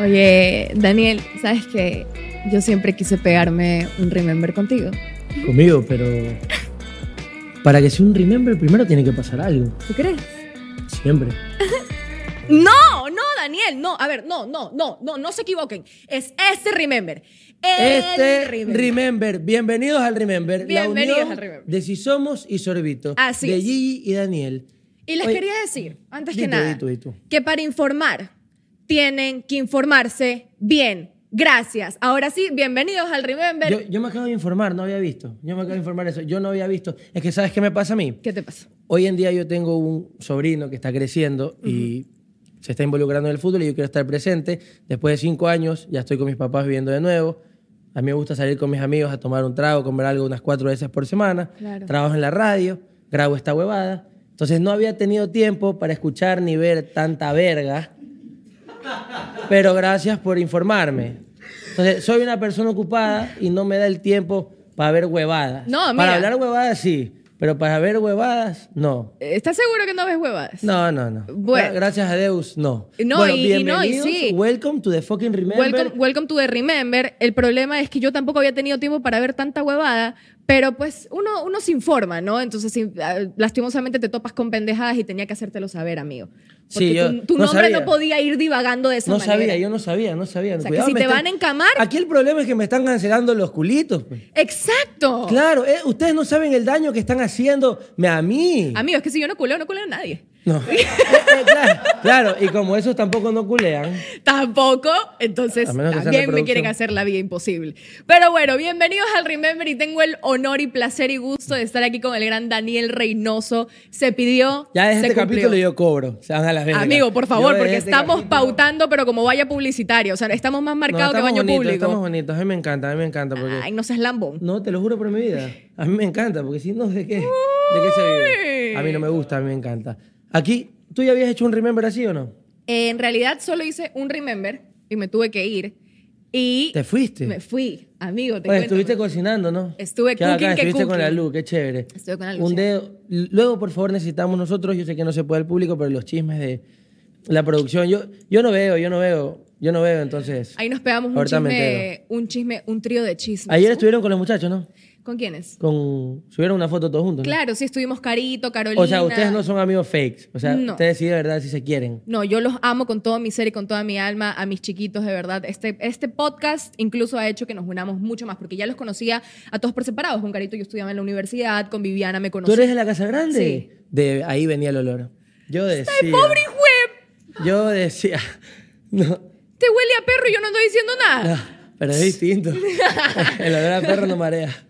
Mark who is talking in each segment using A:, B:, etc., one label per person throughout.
A: Oye, Daniel, ¿sabes qué? Yo siempre quise pegarme un remember contigo.
B: Conmigo, pero. Para que sea un remember, primero tiene que pasar algo.
A: ¿Tú crees?
B: Siempre.
A: No, no, Daniel, no. A ver, no, no, no, no, no se equivoquen. Es este remember. El
B: Este
A: remember.
B: remember. bienvenidos al Remember. la
A: Bienvenidos
B: unión
A: al Remember.
B: De Si Somos y Sorbito.
A: Así
B: De
A: es.
B: Gigi y Daniel.
A: Y les
B: Oye,
A: quería decir, antes
B: di
A: que
B: tú,
A: nada,
B: di tú, di tú.
A: que para informar tienen que informarse bien. Gracias. Ahora sí, bienvenidos al Remember.
B: Yo, yo me acabo de informar, no había visto. Yo me acabo de informar eso. Yo no había visto. Es que, ¿sabes qué me pasa a mí?
A: ¿Qué te pasa?
B: Hoy en día yo tengo un sobrino que está creciendo y se está involucrando en el fútbol y yo quiero estar presente. Después de cinco años ya estoy con mis papás viviendo de nuevo. A mí me gusta salir con mis amigos a tomar un trago, comer algo unas cuatro veces por semana.
A: Claro.
B: Trabajo en la radio, grabo esta huevada. Entonces no había tenido tiempo para escuchar ni ver tanta verga. Pero gracias por informarme. Entonces, soy una persona ocupada y no me da el tiempo para ver huevadas.
A: No, mira.
B: Para hablar huevadas sí, pero para ver huevadas no.
A: ¿Estás seguro que no ves huevadas?
B: No, no, no.
A: Bueno.
B: Gra- Gracias a Deus, no.
A: No,
B: bueno,
A: y- y no, y
B: bienvenidos.
A: sí.
B: Welcome to the fucking remember.
A: Welcome, welcome to the Remember. El problema es que yo tampoco había tenido tiempo para ver tanta huevada, pero pues uno, uno se informa, ¿no? Entonces, si, ah, lastimosamente te topas con pendejadas y tenía que hacértelo saber, amigo. Porque
B: Sí, yo
A: tu, tu
B: no
A: nombre
B: sabía.
A: no podía ir divagando de esa
B: No
A: manera.
B: sabía, yo no sabía, no sabía.
A: sea, que
B: Cuidado,
A: si
B: me
A: te van a encamar-
B: Aquí el problema es que me están cancelando los culitos. pues.
A: ¡Exacto!
B: Claro, eh, ustedes no saben el daño que están haciendo a mí.
A: Amigo, es que si yo no culeo, no culeo a nadie.
B: No. Eh, eh, claro, claro, y como esos tampoco no culean.
A: Tampoco, entonces
B: A menos que sean de
A: también me
B: producción.
A: quieren hacer la vida imposible. Pero bueno, bienvenidos al Remember y tengo el honor y placer y gusto de estar aquí con el gran Daniel Reynoso. Se pidió,
B: Ya desde
A: se
B: este
A: cumplió.
B: capítulo yo cobro. Se van a las vergas.
A: Amigo, por
B: Yo
A: favor,
B: desde
A: porque
B: este
A: estamos
B: capítulo-
A: pautando, pero como vaya publicitaria, o sea, estamos más
B: No,
A: marcados que
B: estamos
A: baño
B: bonitos, Estamos
A: público.
B: bonitos, a mí me encanta, a mí me encanta. Porque...
A: Ay, no seas lambón.
B: No, te lo juro por mi vida. A mí me encanta, porque si no, ¿de qué? ¿De qué se
A: Uy.
B: vive? A mí no me gusta, a mí me encanta. Aquí, ¿tú ya habías hecho un remember así o no?
A: Eh, en realidad solo hice un remember y me tuve que ir y
B: ¿Te fuiste?
A: me fui, amigo, te
B: Oye,
A: cuento.
B: estuviste cocinando, ¿no?
A: Estuve
B: Qué bacán,
A: cooking que
B: Estuviste
A: cooking.
B: con la luz, qué chévere.
A: Estuve con la luz,
B: Un
A: sí.
B: dedo. Luego, por favor, necesitamos nosotros, yo sé que no se puede al público, pero los chismes de la producción. Yo, yo no veo, yo no veo, yo no veo, entonces.
A: Ahí nos pegamos un
B: Ahorita me
A: chisme, un chisme, un trío de chismes.
B: Ayer estuvieron con los muchachos, ¿no?
A: ¿Con quiénes?
B: Con, subieron una foto todos juntos. ¿no?
A: Claro, sí, estuvimos Carito, Carolina.
B: O sea, ustedes no son amigos fakes. O sea,
A: No.
B: ustedes sí de verdad sí se quieren.
A: No, yo los amo con todo mi ser y con toda mi alma, a mis chiquitos, de verdad. Este, este podcast incluso ha hecho que nos unamos mucho más, porque ya los conocía a todos por separados. Con Carito yo estudiaba en la universidad, con Viviana me
B: ¿Tú
A: conocía.
B: eres de la Casa Grande?
A: Sí.
B: De ahí venía el olor. Yo decía.
A: ¡Pobre hijo de-
B: Yo decía. No,
A: Te huele a perro y yo no estoy diciendo
B: no,
A: nada.
B: pero es distinto. el olor a perro no marea.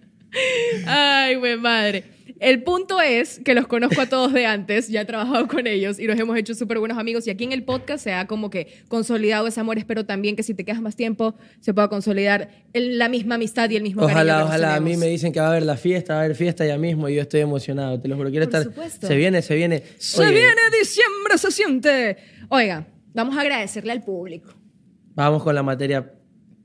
A: Ay, güey, madre. El punto es que los conozco a todos de antes, ya he trabajado con ellos y nos hemos hecho súper buenos amigos. Y aquí en el podcast se ha como que consolidado ese amor. Espero también que si te quedas más tiempo se pueda consolidar el- la misma amistad y el mismo cariño que
B: Ojalá,
A: nos
B: ojalá. A mí
A: tenemos.
B: me dicen que va a haber la fiesta, va a haber fiesta ya mismo y yo estoy emocionado. Te lo juro, quiero
A: Por
B: estar.
A: supuesto.
B: Se viene, se viene.
A: Se
B: Oye,
A: viene diciembre, se siente. Oiga, vamos a agradecerle al público.
B: Vamos con la materia.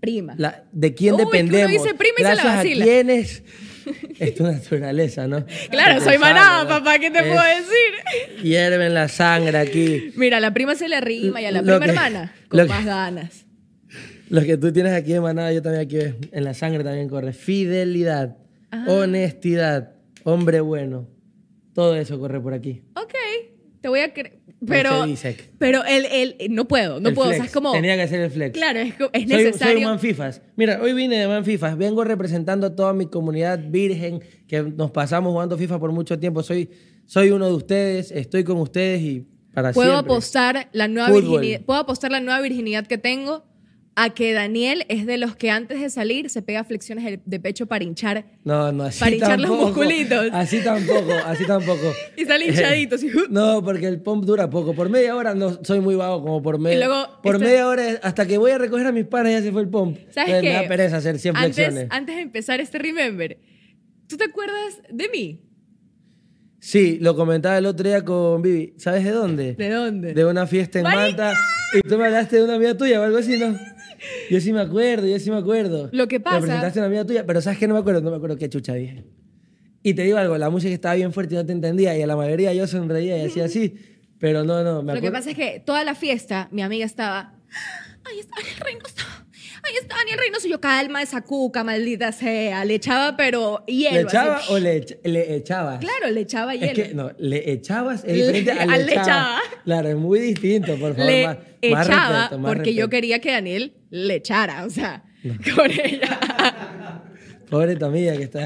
A: Prima.
B: la- ¿De quién
A: Uy, que uno
B: dependemos?
A: dice prima y se la
B: Gracias
A: vacila.
B: a quiénes es tu naturaleza, ¿no?
A: claro,
B: Porque
A: soy
B: sana,
A: manada,
B: ¿no?
A: papá, ¿qué te
B: Es-
A: puedo decir?
B: Hierven la sangre aquí.
A: Mira, a la prima se le rima y a la
B: Lo
A: prima
B: que-
A: hermana con
B: lo que-
A: más ganas.
B: Lo que tú tienes aquí de manada, yo también aquí ves. En la sangre también corre. Fidelidad,
A: Ah.
B: honestidad, hombre bueno. Todo eso corre por aquí.
A: Ok, te voy a... cre- Pero,
B: se dice.
A: pero el, el- no puedo, no
B: El
A: puedo. O sea,
B: flex.
A: es como...
B: Tenía que hacer el flex.
A: Claro, es, co- es
B: Soy- Soy,
A: necesario.
B: un man fifas. Mira, hoy vine de man fifas. Vengo representando a toda mi comunidad virgen que nos pasamos jugando FIFA por mucho tiempo. Soy, soy uno de ustedes, estoy con ustedes y para
A: puedo
B: siempre.
A: apostar la nueva
B: Fútbol.
A: virginidad, puedo apostar la nueva virginidad que tengo a que Daniel es de los que antes de salir se pega flexiones de- de pecho para hinchar
B: No, no, así
A: Para hinchar los
B: tampoco.
A: musculitos.
B: Así tampoco, así tampoco.
A: y sale hinchadito. así, uh.
B: No, porque el pump dura poco. Por media hora no soy muy vago, como por media.
A: Y luego,
B: por
A: este-
B: media hora, es- hasta que voy a recoger a mis panas ya se fue el pump.
A: ¿Sabes
B: Entonces
A: qué?
B: Me da pereza hacer 100
A: antes,
B: flexiones.
A: Antes de empezar este Remember, ¿tú te acuerdas de mí?
B: Sí, lo comentaba el otro día con Vivi. ¿Sabes de dónde?
A: ¿De dónde?
B: De una fiesta en
A: ¡Marica!
B: Malta. Y tú me hablaste de una amiga tuya o algo así, ¿no? Yo sí me acuerdo, yo sí me acuerdo.
A: Lo que pasa-
B: Me presentaste a una amiga tuya, pero ¿sabes qué? No me acuerdo, no me acuerdo qué chucha dije. Y te digo algo, la música estaba bien fuerte y no te entendía. Y a la mayoría yo sonreía y hacía así. Pero no, no,
A: Lo
B: me
A: que
B: acuerdo.
A: pasa es que toda la fiesta, mi amiga estaba. ahí está Daniel Reynoso, ahí está Daniel Reynoso. Yo, calma esa cuca, maldita sea. Le echaba, pero hielo.
B: ¿Le
A: así.
B: echaba o le, ech- le echabas?
A: Claro, le echaba hielo.
B: Es que, no, le echabas es
A: Le-
B: diferente a
A: al
B: le
A: le echaba.
B: echaba. Claro, es muy distinto, por favor.
A: le
B: más- más
A: echaba
B: respeto, más
A: porque yo
B: respeto.
A: quería que Daniel le echara, o sea, con ella.
B: Pobre tu amiga que está...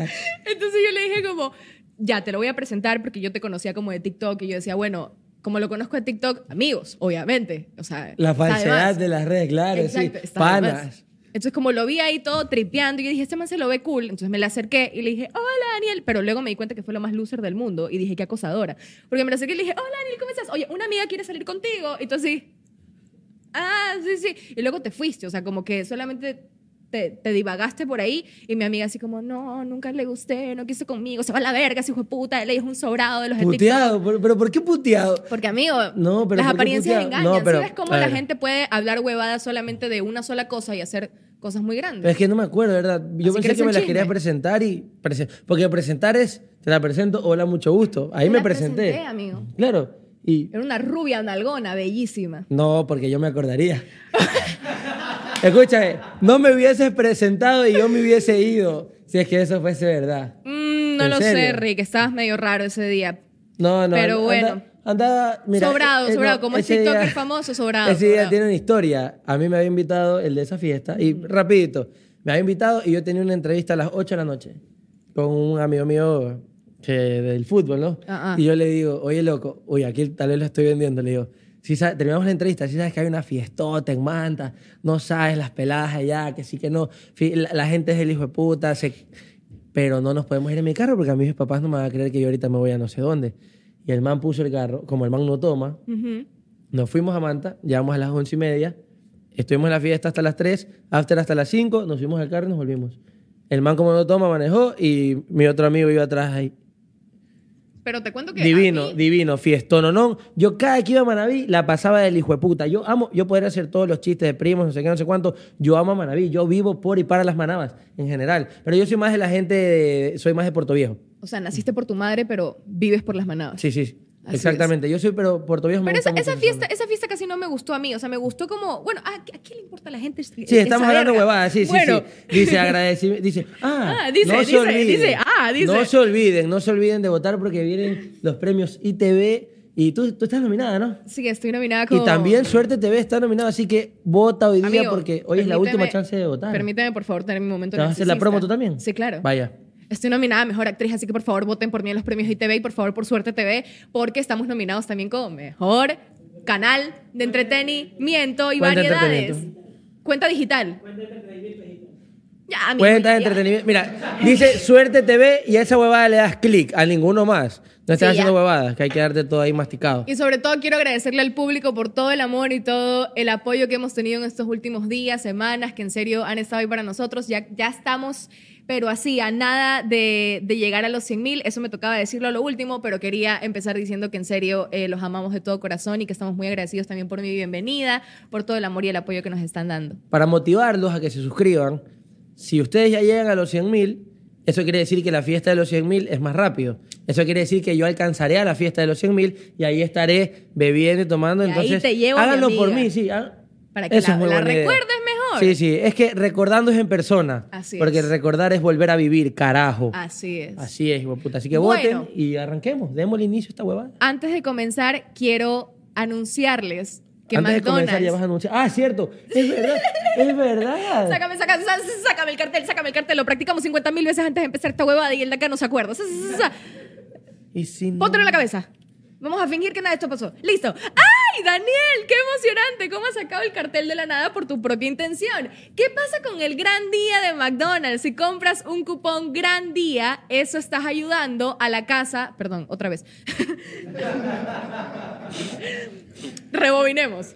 A: Entonces yo le dije como, ya, te lo voy a presentar porque yo te conocía como de TikTok y yo decía, bueno, como lo conozco de TikTok, amigos, obviamente. O sea,
B: La
A: está de
B: falsedad
A: más.
B: de las redes, claro,
A: Exacto,
B: sí.
A: está de más.
B: Panas.
A: Entonces como lo vi ahí todo tripeando, yo dije, este man se lo ve cool. Entonces me le acerqué y le dije, hola Daniel. Pero luego me di cuenta que fue lo más loser del mundo y dije, qué acosadora. Porque me le acerqué y le dije, hola Daniel, ¿cómo estás? Oye, una amiga quiere salir contigo. Y tú así, ah, sí, sí. Y luego te fuiste, o sea, como que solamente te, te divagaste por ahí y mi amiga así como, no, nunca le gusté, no quiso conmigo, se va a la verga, ese hijo de puta, él es un sobrado de los de TikTok.
B: Puteado, pero, pero ¿por qué puteado?
A: Porque, amigo,
B: No, pero
A: las
B: ¿por qué
A: apariencias
B: puteado?
A: engañan.
B: No, pero,
A: ¿Sabes cómo
B: a
A: la
B: ver.
A: gente puede hablar huevadas solamente de una sola cosa y hacer cosas muy
B: Pero
A: grandes?
B: es que no me acuerdo, ¿verdad? Yo
A: Así que
B: pensé
A: eres
B: que
A: un
B: me las
A: chisme.
B: querías presentar y... presen- Porque presentar es, te la presento, hola, mucho gusto. Ahí
A: Te
B: me
A: la
B: presenté.
A: presenté, amigo.
B: Claro, y...
A: Era una rubia nalgona, bellísima.
B: No, porque yo me acordaría. Escúchame, no me hubieses presentado y yo me hubiese ido si es que eso fuese verdad.
A: Mm, no
B: ¿En
A: lo sé,
B: serio?
A: Rick, estabas medio raro ese día.
B: No, no.
A: Pero
B: anda-
A: bueno.
B: Andaba, mira, eh,
A: Sobrado, sobrado, como es
B: ese
A: TikToker
B: día-
A: famoso, sobrado,
B: Ese día
A: sobrado.
B: tiene una historia. A mí me había invitado el de esa fiesta y rapidito, me había invitado y yo tenía una entrevista a las 8 de la noche con un amigo mío que, del fútbol, ¿no?
A: Ajá.
B: Y yo le digo, oye, loco, oye, aquí tal vez lo estoy vendiendo. Le digo, si sa- terminamos la entrevista, si sabes que hay una fiestota en Manta, no sabes las peladas allá, que sí que no, Fi- la, la gente es el hijo de puta, se- pero no nos podemos ir en mi carro porque a mí mis papás no me van a creer que yo ahorita me voy a no sé dónde. Y el man puso el carro, como el man no toma,
A: Ujú.
B: nos fuimos a Manta, llegamos a las once y media, estuvimos en la fiesta hasta las 3, after hasta las 5, nos fuimos al carro y nos volvimos. El man como no toma manejó y mi otro amigo iba atrás ahí.
A: Pero te cuento que. a
B: Divino,
A: mí-
B: divino, fiestón, no. Yo cada que iba a Manaví la pasaba del hijo de puta. Yo amo, yo podría hacer todos los chistes de primos, no sé qué, no sé cuánto. Yo amo a Manaví, yo vivo por y para las Manabas en general. Pero yo soy más de la gente, de- soy más de Puerto Viejo.
A: O sea, naciste por tu madre, pero vives por las manadas.
B: Sí, sí, sí.
A: Así
B: exactamente. Yo soy pero Puerto Viejo. me
A: Pero
B: gusta
A: esa,
B: mucho
A: esa
B: esa
A: fiesta,
B: zona.
A: esa fiesta casi no me gustó a mí. O sea, me gustó como, bueno, ¿a, a quién le importa a la gente?
B: Sí, estamos hablando huevadas, sí,
A: Bueno,
B: sí, sí. Dice agradecimiento, dice, ah,
A: Ah, dice,
B: no se
A: dice,
B: olviden.
A: dice, ah, dice.
B: No se olviden, no se olviden de votar porque vienen los premios ITV y tú, tú estás nominada, ¿no?
A: sí, estoy nominada como...
B: Y también Suerte TV está nominado, así que vota hoy día
A: Amigo,
B: porque hoy es la última
A: permíteme-
B: chance de votar.
A: Permíteme, por favor, tener mi momento
B: ¿Te vas a hacer la
A: narcisista.
B: promo tú también?
A: Sí, claro.
B: Vaya.
A: Estoy nominada a Mejor Actriz, así que por favor voten por mí en los premios ITV y por favor por Suerte TV, porque estamos nominados también como Mejor Canal de Entretenimiento y
B: Cuenta de
A: Variedades. Cuenta digital. Ya, amigo,
B: Cuenta de
A: ya.
B: entretenimiento. Mira, dice Suerte TV y a esa huevada le das clic, a ninguno más. No estás
A: Sí,
B: haciendo
A: ya.
B: huevadas, que hay que darte todo ahí masticado.
A: Y sobre todo quiero agradecerle al público por todo el amor y todo el apoyo que hemos tenido en estos últimos días, semanas, que en serio han estado ahí para nosotros. Ya, ya estamos, pero así, a nada de, de llegar a los 100 mil. Eso me tocaba decirlo a lo último, pero quería empezar diciendo que en serio eh, los amamos de todo corazón y que estamos muy agradecidos también por mi bienvenida, por todo el amor y el apoyo que nos están dando.
B: para motivarlos a que se suscriban, si ustedes ya llegan a los 100 mil, eso quiere decir que la fiesta de los 100 mil es más rápido. Eso quiere decir que yo alcanzaré a la fiesta de los 100 mil y ahí estaré bebiendo y tomando.
A: Y ahí
B: Entonces,
A: te llevo, mi
B: háganlo por
A: amiga.
B: mí, sí. hagan-
A: Para que
B: Eso
A: la-
B: es muy
A: la
B: buena idea.
A: recuerdes mejor.
B: Sí, sí. Es que recordando es en persona.
A: Así
B: porque
A: es.
B: recordar es volver a vivir, carajo.
A: Así es.
B: Así es, hijo de puta. Así que
A: Bueno.
B: voten y arranquemos. Démosle inicio a esta huevada.
A: Antes de comenzar, quiero anunciarles que
B: Antes de
A: McDonald's...
B: comenzar ya vas a anunciar. Ah, cierto. Es verdad. es verdad.
A: Sácame, sácame, sá- sácame el cartel, sácame el cartel. Lo practicamos 50 mil veces antes de empezar esta huevada y el de acá no se acuerda. Sá, sá, sá, sá.
B: Y si no-
A: Póntelo en la cabeza. Vamos a fingir que nada de esto pasó. ¡Listo! ¡Ay, Daniel! ¡Qué emocionante! ¿Cómo has sacado el cartel de la nada por tu propia intención? ¿Qué pasa con el gran día de McDonald's? Si compras un cupón gran día, eso estás ayudando a la casa. Perdón, otra vez. Rebobinemos.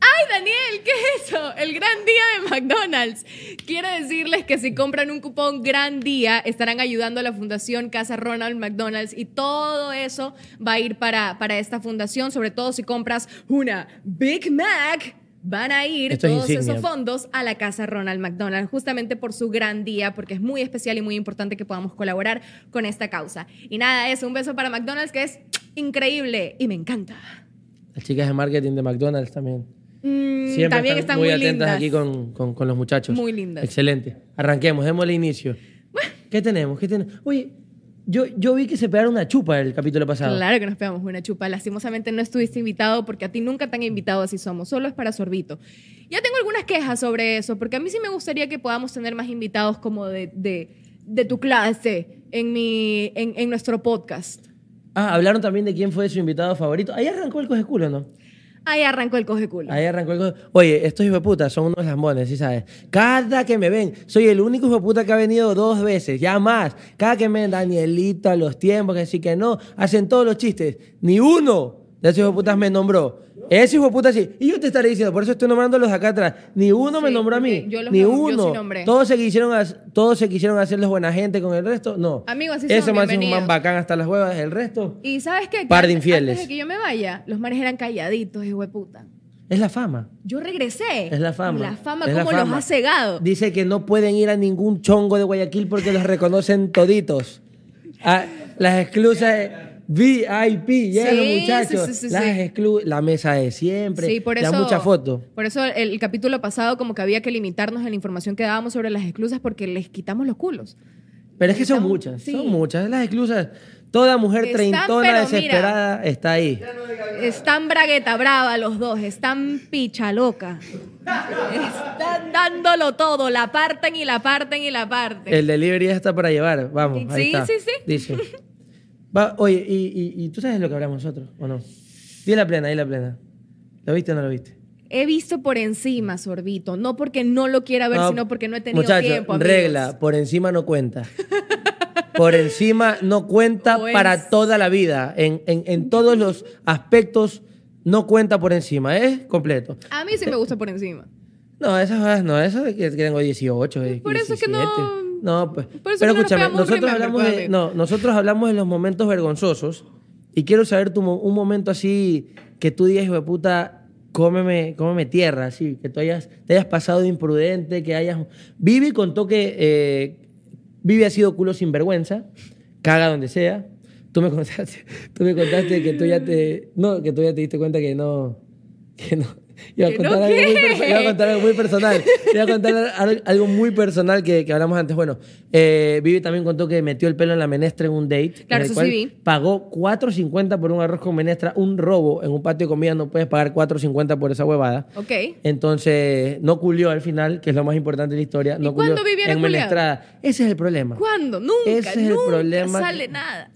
A: ¡Ay, Daniel! ¿Qué es eso? El gran día de McDonald's. Quiero decirles que si compran un cupón Gran Día, estarán ayudando a la Fundación Casa Ronald McDonald's y todo eso va a ir para, para esta fundación, sobre todo si compras una Big Mac. Van a ir
B: Esto es
A: todos
B: insignia.
A: esos fondos a la casa Ronald McDonald, justamente por su gran día, porque es muy especial y muy importante que podamos colaborar con esta causa. Y nada, eso, un beso para McDonald's que es increíble y me encanta.
B: Las chicas de marketing de McDonald's también.
A: Mm,
B: Siempre
A: también
B: están
A: están
B: muy,
A: muy
B: atentas
A: lindas.
B: aquí con, con- con los muchachos.
A: Muy lindas.
B: Excelente. Arranquemos, démosle inicio. ¿Qué tenemos? ¿Qué tenemos? Oye, yo, yo vi que se pegaron una chupa el capítulo pasado.
A: Claro que nos pegamos una chupa. Lastimosamente no estuviste invitado porque a ti nunca te han invitado así somos. Solo es para sorbito. Ya tengo algunas quejas sobre eso porque a mí sí me gustaría que podamos tener más invitados como de, de, de tu clase en, mi, en, en nuestro podcast.
B: Ah, hablaron también de quién fue su invitado favorito. Ahí arrancó el coge culo, ¿no?
A: Ahí arrancó el coge culo.
B: Ahí arrancó el coge... Oye, estos hijos de puta son unos lambones, ¿sí sabes? Cada que me ven, soy el único hijo de puta que ha venido dos veces, ya más. Cada que me ven, Danielito, a los tiempos, que sí que no, hacen todos los chistes. Ni uno de esos hijos de putas me nombró. Ese hijo de puta sí. Y yo te estaré diciendo, por eso estoy nombrando a los de acá atrás. Ni uno me
A: Sí,
B: nombró a
A: porque
B: mí.
A: yo los
B: ni
A: nom- yo sí
B: uno.
A: nombré.
B: todos, se quisieron, ha- todos se quisieron hacer los buena gente con el resto. No.
A: Amigos, así
B: Ese
A: son,
B: man sí es un man
A: bienvenidos.
B: bacán hasta las huevas. El resto
A: Y sabes qué? Que
B: Par de
A: antes-
B: infieles.
A: Antes de que yo me vaya, los manes eran calladitos, hijo de puta.
B: es la fama.
A: Yo regresé.
B: Es la fama.
A: La fama,
B: Es la
A: como los
B: fama.
A: ha cegado.
B: Dice que no pueden ir a ningún chongo de Guayaquil porque los reconocen toditos. Ah, las exclusas VIP, ya
A: Sí,
B: muchachos.
A: sí, sí, sí,
B: las
A: sí.
B: exclu- la mesa de siempre.
A: Sí, por
B: ya
A: eso.
B: mucha foto.
A: Por eso el, el capítulo pasado, como que había que limitarnos en la información que dábamos sobre las exclusas porque les quitamos los culos.
B: Pero es que son
A: Estamos-
B: muchas,
A: sí.
B: son muchas. Las exclusas, toda mujer
A: Están,
B: treintona
A: pero mira.
B: desesperada está ahí.
A: Están bragueta brava los dos, están picha loca. Están dándolo todo, la parten y la parten y la parten.
B: El delivery ya está para llevar, vamos. ahí
A: Sí,
B: está.
A: sí, sí.
B: Dice. Va, oye, y, y- y tú sabes lo que hablamos nosotros, ¿o no? Di la plena, di la plena. ¿Lo viste o no lo viste?
A: He visto por encima, Sorbito, no porque no lo quiera ver,
B: No,
A: sino porque no he tenido
B: muchacho,
A: tiempo. amigos.
B: regla, por encima no cuenta. Por encima no cuenta
A: O es-
B: para toda la vida. En, en- en todos los aspectos no cuenta por encima, ¿es? Completo.
A: A mí sí me gusta por encima.
B: No, esas cosas no, eso es que que tengo 18, eh,
A: Pues Por eso es que no-
B: 17. No, pues,
A: por eso
B: pero
A: que no nos
B: escúchame,
A: pegamos un
B: nosotros
A: remember,
B: hablamos de
A: pues,
B: no, nosotros hablamos de los momentos vergonzosos y quiero saber tu mo- un momento así que tú digas, hijo de puta, cómeme, cómeme tierra, así, que tú hayas te hayas pasado de imprudente, que hayas Vivi contó que eh, Vivi ha sido culo sinvergüenza, caga donde sea. Tú me contaste, tú me contaste que tú ya te no, que tú ya te diste cuenta que no que no Iba a
A: ¿Que
B: contar
A: no
B: algo muy
A: qué?
B: perso- iba a contar algo muy personal. Te voy a contar al- algo muy personal que, que hablamos antes. Bueno, eh, Vivi también contó que metió el pelo en la menestra en un date. en
A: Claro,
B: el
A: eso sí
B: cual
A: vi.
B: Pagó 4.50 por un arroz con menestra, un robo en un patio de comida. No puedes pagar 4.50 por esa huevada.
A: Ok.
B: Entonces, no culió al final, que es lo más importante de la historia. No culió
A: cuándo Vivi era
B: en
A: culiada?
B: menestrada. Ese es el problema.
A: ¿Cuándo? Nunca,
B: Ese es el
A: nunca
B: problema que-
A: sale nada.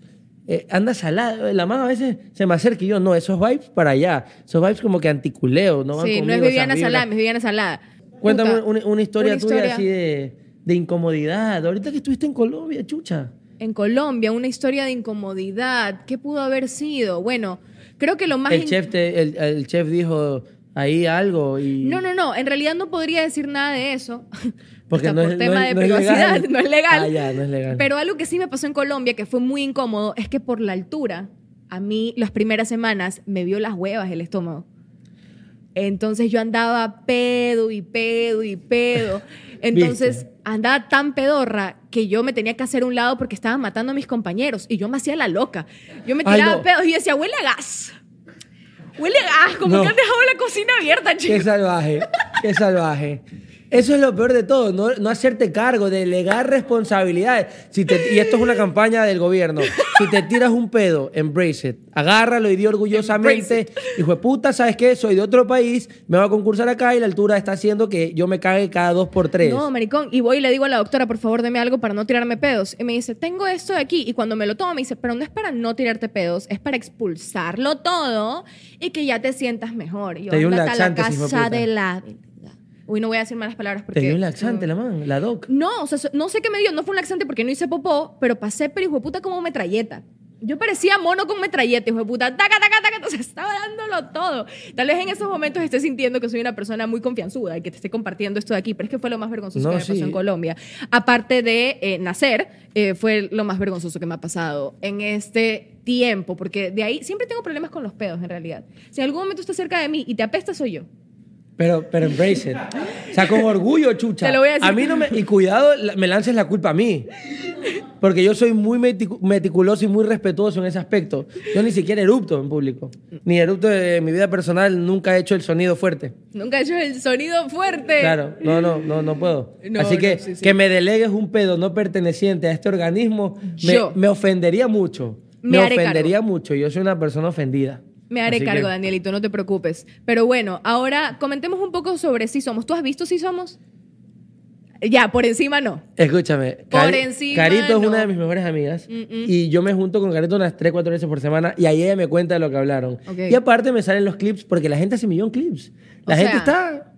B: Eh, anda salado, la mano a veces se me acerca y yo, no, esos vibes para allá, esos vibes como que anticuleo, no van
A: sí, no es
B: conmigo,
A: Viviana
B: esas vibras.
A: Salada, es Viviana Salada.
B: Cuéntame
A: Puta,
B: una, una historia
A: una
B: tuya
A: historia.
B: así de, de incomodidad. Ahorita que estuviste en Colombia, chucha.
A: En Colombia, una historia de incomodidad. ¿Qué pudo haber sido? Bueno, creo que lo más...
B: El
A: in-
B: chef, te- el, el chef dijo ahí algo y...
A: No, no, no. En realidad no podría decir nada de eso.
B: Porque
A: Hasta
B: no es-
A: por
B: no
A: tema
B: es-
A: de
B: no es
A: privacidad.
B: legal.
A: No es legal.
B: Ah, ya, no es legal.
A: Pero algo que sí me pasó en Colombia, que fue muy incómodo, es que por la altura, a mí las primeras semanas me vio las huevas el estómago. Entonces yo andaba pedo y pedo y pedo. Entonces andaba tan pedorra que yo me tenía que hacer un lado porque estaba matando a mis compañeros y yo me hacía la loca. Yo me
B: Ay,
A: tiraba
B: no.
A: pedos y decía, huele a gas. Huele a gas, como
B: No.
A: que han dejado la cocina abierta,
B: Qué
A: chicos.
B: salvaje, qué salvaje. Eso es lo peor de todo, no, no hacerte cargo, delegar responsabilidades. Si te, y esto es una campaña del gobierno. Si te tiras un pedo, embrace it. Agárralo y di orgullosamente, hijo de puta, ¿sabes qué? Soy de otro país, me voy a concursar acá y la altura está haciendo que yo me cague cada dos por tres.
A: No, maricón. Y voy y le digo a la doctora, por favor, deme algo para no tirarme pedos. Y me dice, tengo esto de aquí. Y cuando me lo tomo, me dice, pero no es para no tirarte pedos, es para expulsarlo todo y que ya te sientas mejor. Y yo,
B: Te dio un
A: "Ándate a la
B: laxante, hijo de
A: casa
B: puta.
A: de la... verga". Uy, no voy a decir malas palabras porque...
B: te dio un laxante, la man, la doc.
A: No, o sea, so- no sé qué me dio. No fue un laxante porque no hice popó, pero pasé, pero hijo de puta, como metralleta. Yo parecía mono con metralleta, hijo de puta. Taca, taca, taca. Entonces estaba dándolo todo. Tal vez en esos momentos esté sintiendo que soy una persona muy confianzuda y que te esté compartiendo esto de aquí, pero es que fue lo más vergonzoso
B: No,
A: que me
B: sí.
A: pasó en Colombia. Aparte de eh, nacer, eh, fue lo más vergonzoso que me ha pasado en este tiempo, porque de ahí siempre tengo problemas con los pedos, en realidad. Si en algún momento estás cerca de mí y te apesta, soy yo.
B: Pero, pero embrace it. O sea, con orgullo, chucha.
A: Te lo voy a decir.
B: mí no me. Y cuidado, la- me lances la culpa a mí. Porque yo soy muy meticu- meticuloso y muy respetuoso en ese aspecto. Yo ni siquiera erupto en público. Ni erupto en mi vida personal, nunca he hecho el sonido fuerte.
A: Nunca he hecho el sonido fuerte.
B: Claro, no, no, no, no puedo.
A: Eh. No,
B: Así que
A: no, sí, sí.
B: que me delegues un pedo no perteneciente a este organismo me,
A: Yo.
B: me ofendería mucho.
A: Me
B: Me,
A: haré
B: ofendería mucho. Yo soy una persona ofendida.
A: Me haré
B: Así que-
A: cargo, Danielito, no te preocupes. Pero bueno, ahora comentemos un poco sobre Si Somos. ¿Tú has visto Si Somos? Ya, por encima no.
B: Escúchame,
A: Por
B: Cari-
A: encima,
B: Carito es
A: no.
B: una de mis mejores amigas y yo me junto con Carito unas 3, 4 veces por semana y ahí ella me cuenta de lo que hablaron.
A: Ok.
B: Y aparte me salen los clips porque la gente hace millón clips. La
A: O
B: gente
A: sea-
B: está...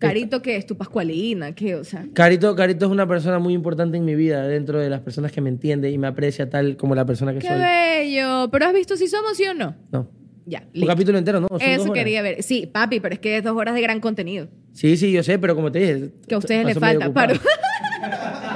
A: Carito, ¿qué es? Tu Pascualina, ¿qué? O sea.
B: Carito, Carito es una persona muy importante en mi vida dentro de las personas que me entiende y me aprecia tal como la persona que
A: Qué
B: soy.
A: bello. Pero has visto Si Somos, ¿sí o no?
B: No.
A: Ya,
B: Un
A: listo.
B: capítulo entero, ¿no? Son dos
A: Eso
B: horas.
A: quería ver. Sí, papi, pero es que es dos horas de gran contenido.
B: Sí, sí, yo sé, pero como te dije...
A: Que a ustedes les
B: pasó medio
A: falta.
B: ocupado.
A: Paro.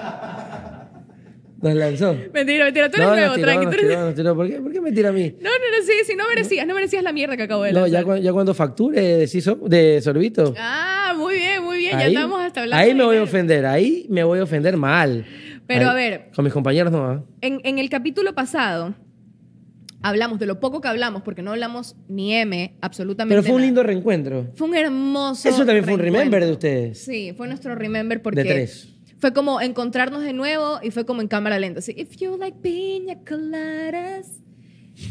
B: Nos lanzó.
A: mentira, mentira. Tú eres
B: No,
A: nuevo,
B: nos tiró,
A: tranqui.
B: nos
A: tú eres-
B: tiró, nos tiró. ¿Por qué, ¿Por qué me tira a mí?
A: No, no, no, sí, sí, no merecías, no merecías la mierda que acabo de
B: No, ya,
A: lanzar.
B: cu- ya cuando facture de, siso- de sorbito.
A: Ah, muy bien, muy bien. Ya
B: Ahí-
A: estamos hasta hablando.
B: Ahí
A: de
B: me voy a
A: dinero.
B: ofender, ahí me voy a ofender mal.
A: Pero,
B: Ahí-
A: a ver.
B: Con mis compañeros no. ¿ah?
A: En, en el capítulo pasado hablamos de lo poco que hablamos, porque no hablamos ni M, absolutamente.
B: Pero fue un
A: nada.
B: lindo reencuentro.
A: Fue un hermoso.
B: Eso también fue un remember de
A: reencuentro.
B: ustedes.
A: Sí, fue nuestro remember porque.
B: tres.
A: Fue como encontrarnos de nuevo y fue como en cámara lenta. Así, if you like piña coladas.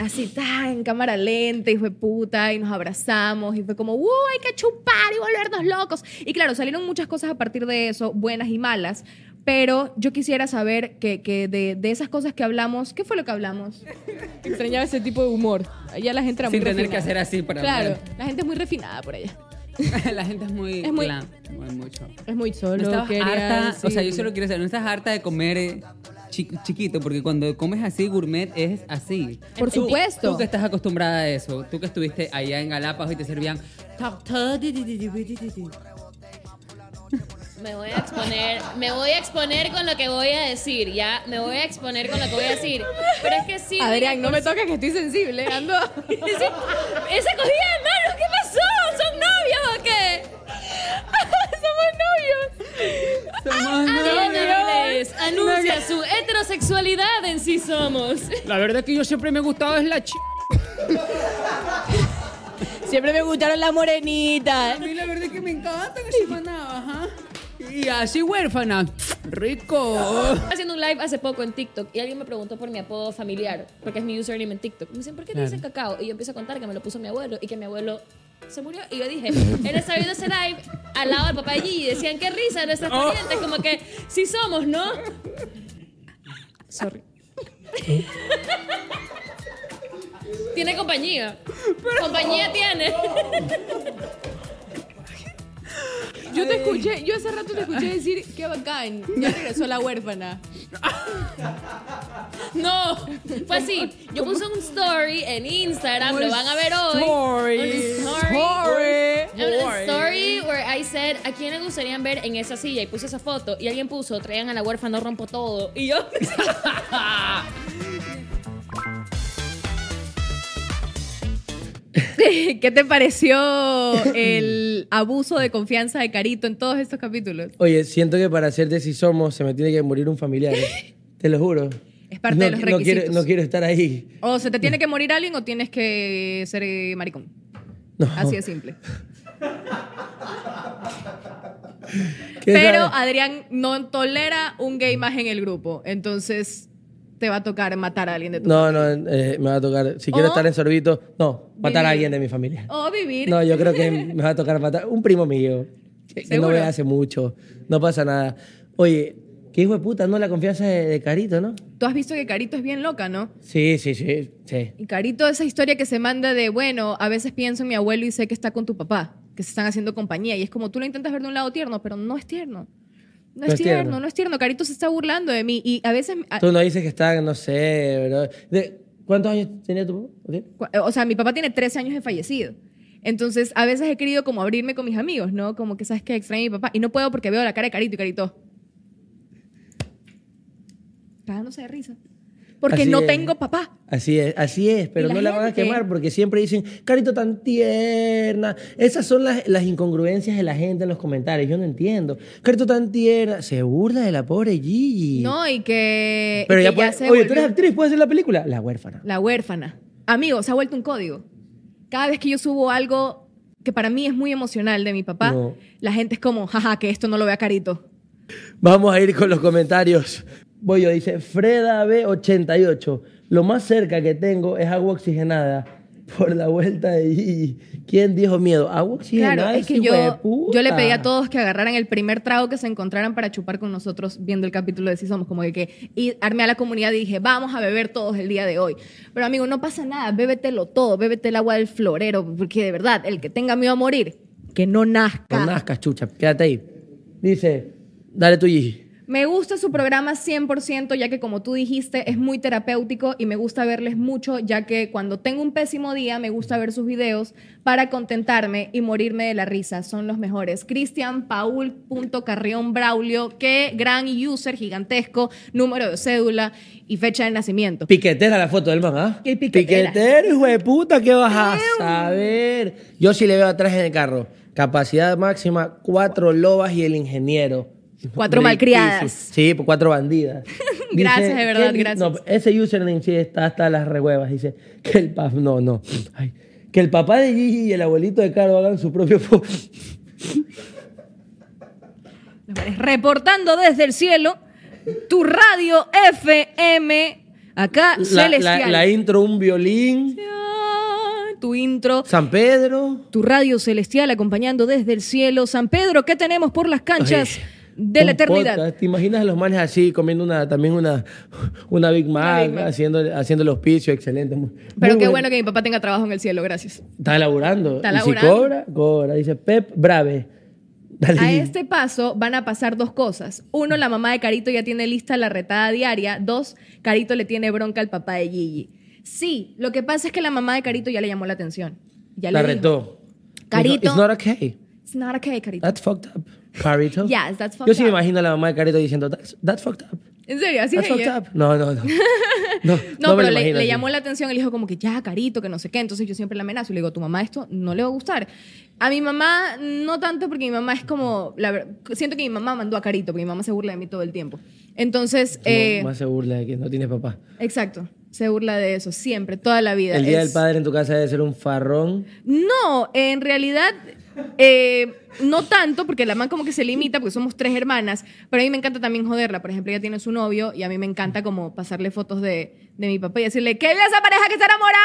A: Así, ta, en cámara lenta, y fue puta, y nos abrazamos, y fue como, ¡uh! Hay que chupar y volvernos locos. Y claro, salieron muchas cosas a partir de eso, buenas y malas, pero yo quisiera saber que, que de, de esas cosas que hablamos, ¿qué fue lo que hablamos? Extrañaba ese tipo de humor. Allá la gente era
C: Sin
A: muy
C: tener que
A: refinada.
C: hacer así para
A: Claro, la gente es muy refinada por allá.
C: hablar. la gente es muy.
A: Es muy-
C: glam, muy mucho.
A: Es muy
C: No
A: solo.
C: estabas harta, o sea, yo solo quiero saber, no estás harta de comer eh, chi- chiquito, porque cuando comes así, gourmet es así.
A: Por
C: Tú-
A: supuesto.
C: Tú que estás acostumbrada a eso, tú que estuviste allá en Galápagos y te servían. Pero
D: Me voy a exponer, me voy a exponer con lo que voy a decir, ya, me voy a exponer con lo que voy a decir. Pero es que sí.
A: Adrián, no me toques que estoy sensible. Ando.
D: Sí, esa cogida de manos, ¿qué pasó? ¿Son novios o qué? Somos
C: Somos
D: novios. Adriana
C: novios.
D: Miles anuncia su heterosexualidad en sí somos.
C: la verdad es que yo siempre me he gustado es la ch.
A: Siempre me gustaron las morenitas.
C: A mí la verdad es que me encanta que se manaba, ajá. Y así huérfana. Rico.
D: Estaba haciendo un live hace poco en TikTok y alguien me preguntó por mi apodo familiar, porque es mi username en TikTok. Me dicen, ¿por qué te dicen cacao? Y yo empiezo a contar que me lo puso mi abuelo y que mi abuelo se murió. Y yo dije, él estaba viendo ese live al lado del papá allí y decían, qué risa nuestras parientes, como que sí somos, ¿no? Sorry. tiene compañía. compañía tiene.
A: Yo te escuché, yo hace rato te escuché decir qué bacán. Ya regresó la huérfana.
D: No, fue así. Yo puse un story en Instagram, lo van a ver hoy. Un story. Un story where I said, ¿a quién le gustaría ver en esa silla? Y puse esa foto y alguien puso, traigan a la huérfana, no rompo todo. Y yo...
A: ¿Qué te pareció el abuso de confianza de Carito en todos estos capítulos?
B: Oye, siento que para hacer de si somos se me tiene que morir un familiar. ¿eh? Te lo juro.
A: Es parte
B: No-
A: de los
B: no quiero-
A: requisitos.
B: no quiero estar ahí.
A: O se te tiene que morir alguien o tienes que ser eh, maricón.
B: No.
A: Así de simple.
B: ¿Qué
A: Pero
B: sabe?
A: Adrián no tolera un gay más en el grupo. Entonces te va a tocar matar a alguien de tu
B: No, no, eh, me va a tocar. Si quiero
A: O-
B: estar en sorbito, no, matar a
A: Vivir.
B: alguien de mi familia.
A: O vivir.
B: No, yo creo que me va a tocar matar. Un primo mío, que, que no
A: ¿Seguro?
B: ve hace mucho, no pasa nada. Oye, qué hijo de puta, ¿no? La confianza de, de Carito, ¿no?
A: Tú has visto que Carito es bien loca, ¿no?
B: Sí, sí, sí, sí.
A: Y Carito, esa historia que se manda de, bueno, a veces pienso en mi abuelo y sé que está con tu papá, que se están haciendo compañía. Y es como tú lo intentas ver de un lado tierno, pero no es tierno. No, es tierno, no es tierno. Carito se está burlando de mí. Y a veces, a-
B: Tú no dices que está, no sé, bro. ¿De ¿Cuántos años tenía tu papá?
A: cu- o sea, mi papá tiene 13 años de fallecido. Entonces, a veces he querido como abrirme con mis amigos, ¿no? Como que sabes que extraño a mi papá. Y no puedo porque veo la cara de Carito y Carito. Cagándose de risa. porque
B: Así
A: no
B: es.
A: tengo papá.
B: Así es, así es, pero
D: la
B: no la van a
D: gente?
B: quemar porque siempre dicen, carito tan tierna. Esas son las, las incongruencias de la gente en los comentarios, yo no entiendo. Carito tan tierna, se burla de la pobre Gigi.
A: No, y que.
B: pero
A: y
B: ya,
A: Eh, que
B: puede-
A: se
B: Oye, tú
A: volvió
B: eres actriz, puedes hacer la película. La huérfana.
A: La huérfana. Amigo, se ha vuelto un código. Cada vez que yo subo algo que para mí es muy emocional de mi papá,
B: No.
A: la gente es como, jaja, que esto no lo vea carito.
B: Vamos a ir con los comentarios. Voy yo, dice Freda B88. Lo más cerca que tengo es agua oxigenada por la vuelta de Gigi. ¿Quién dijo miedo? Agua oxigenada.
A: Claro, es que
B: hijo de
A: yo,
B: puta.
A: yo le pedí a todos que agarraran el primer trago que se encontraran para chupar con nosotros viendo el capítulo de Si Somos, como que, que- y armé a la comunidad y dije, vamos a beber todos el día de hoy. Pero amigo, no pasa nada, bébetelo todo, bébete el agua del florero, porque de verdad, el que tenga miedo a morir, que no nazca.
B: No nazcas, chucha. Quédate ahí. Dice, dale tu Gigi.
A: Me gusta su programa 100%, ya que como tú dijiste, es muy terapéutico y me gusta verles mucho, ya que cuando tengo un pésimo día, me gusta ver sus videos para contentarme y morirme de la risa. Son los mejores. Cristian Paul. punto Carrión Braulio, qué gran user gigantesco, número de cédula y fecha de nacimiento.
B: Piquetera la foto del man, ¿ah?
A: ¿Qué piquetera?
B: Piquetero, hijo de puta, ¿qué vas a saber? Yo sí le veo atrás en el carro. Capacidad máxima, cuatro lobas y el ingeniero.
A: Cuatro
B: Riquísimo.
A: malcriadas.
B: Sí, pues, cuatro bandidas.
A: Gracias, de verdad,
B: que-
A: gracias.
B: No, ese username sí está hasta las rehuevas. Dice que el papá... No, no. Ay, que el papá de Gigi y el abuelito de Caro hagan su propio... po-
A: Reportando desde el cielo, tu radio FM, acá
B: La, la-
A: Ah, celestial.
B: la intro, un violín,
A: tu intro.
B: San Pedro...
A: tu radio celestial acompañando desde el cielo. San Pedro, ¿qué tenemos por las canchas
B: Oye,
A: de la
B: un
A: eternidad?
B: podcast. ¿Te imaginas a los manes así, comiendo una, también una, una Big Mac, haciendo, haciendo el hospicio? Excelente. Muy-
A: Pero
B: muy
A: qué
B: buen-
A: bueno que mi papá tenga trabajo en el cielo, gracias.
B: Está laburando.
A: Está
B: Y si
A: laburando.
B: cobra, cobra. Dice Pep Brave. Dale.
A: A este paso van a pasar dos cosas. Uno, la mamá de Carito ya tiene lista la retada diaria. Dos, Carito le tiene bronca al papá de Gigi. Sí, lo que pasa es que la mamá de Carito ya le llamó la atención. Ya
B: La
A: le dijo,
B: retó. Ah,
A: Carito.
B: It's not okay.
A: It's not okay, Carito.
B: That's fucked up. Carito.
A: Yes, that's fucked
B: Yo sí me
A: up.
B: imagino a la mamá de Carito diciendo, that's, that's fucked up.
A: En serio, así es
B: That's fucked
A: ella.
B: up. No, no, no. No,
A: No,
B: no me lo
A: pero le,
B: imagino
A: le
B: así.
A: llamó la atención, él dijo como que ya, carito, que no sé qué. Entonces yo siempre le amenazo y le digo, tu mamá esto no le va a gustar. A mi mamá no tanto porque mi mamá es como, la ver- siento que mi mamá mandó a carito porque mi mamá se burla de mí todo el tiempo. Entonces,
B: No,
A: eh,
B: más se burla de que no tiene papá.
A: exacto, se burla de eso siempre, toda la vida.
B: El día
A: Es-
B: del padre en tu casa debe ser un farrón.
A: No, en realidad eh, no tanto, porque la man como que se limita, porque somos tres hermanas, pero a mí me encanta también joderla. Por ejemplo, ella tiene su novio y a mí me encanta como pasarle fotos de, de mi papá y decirle, ¡qué viva esa pareja que está enamorada!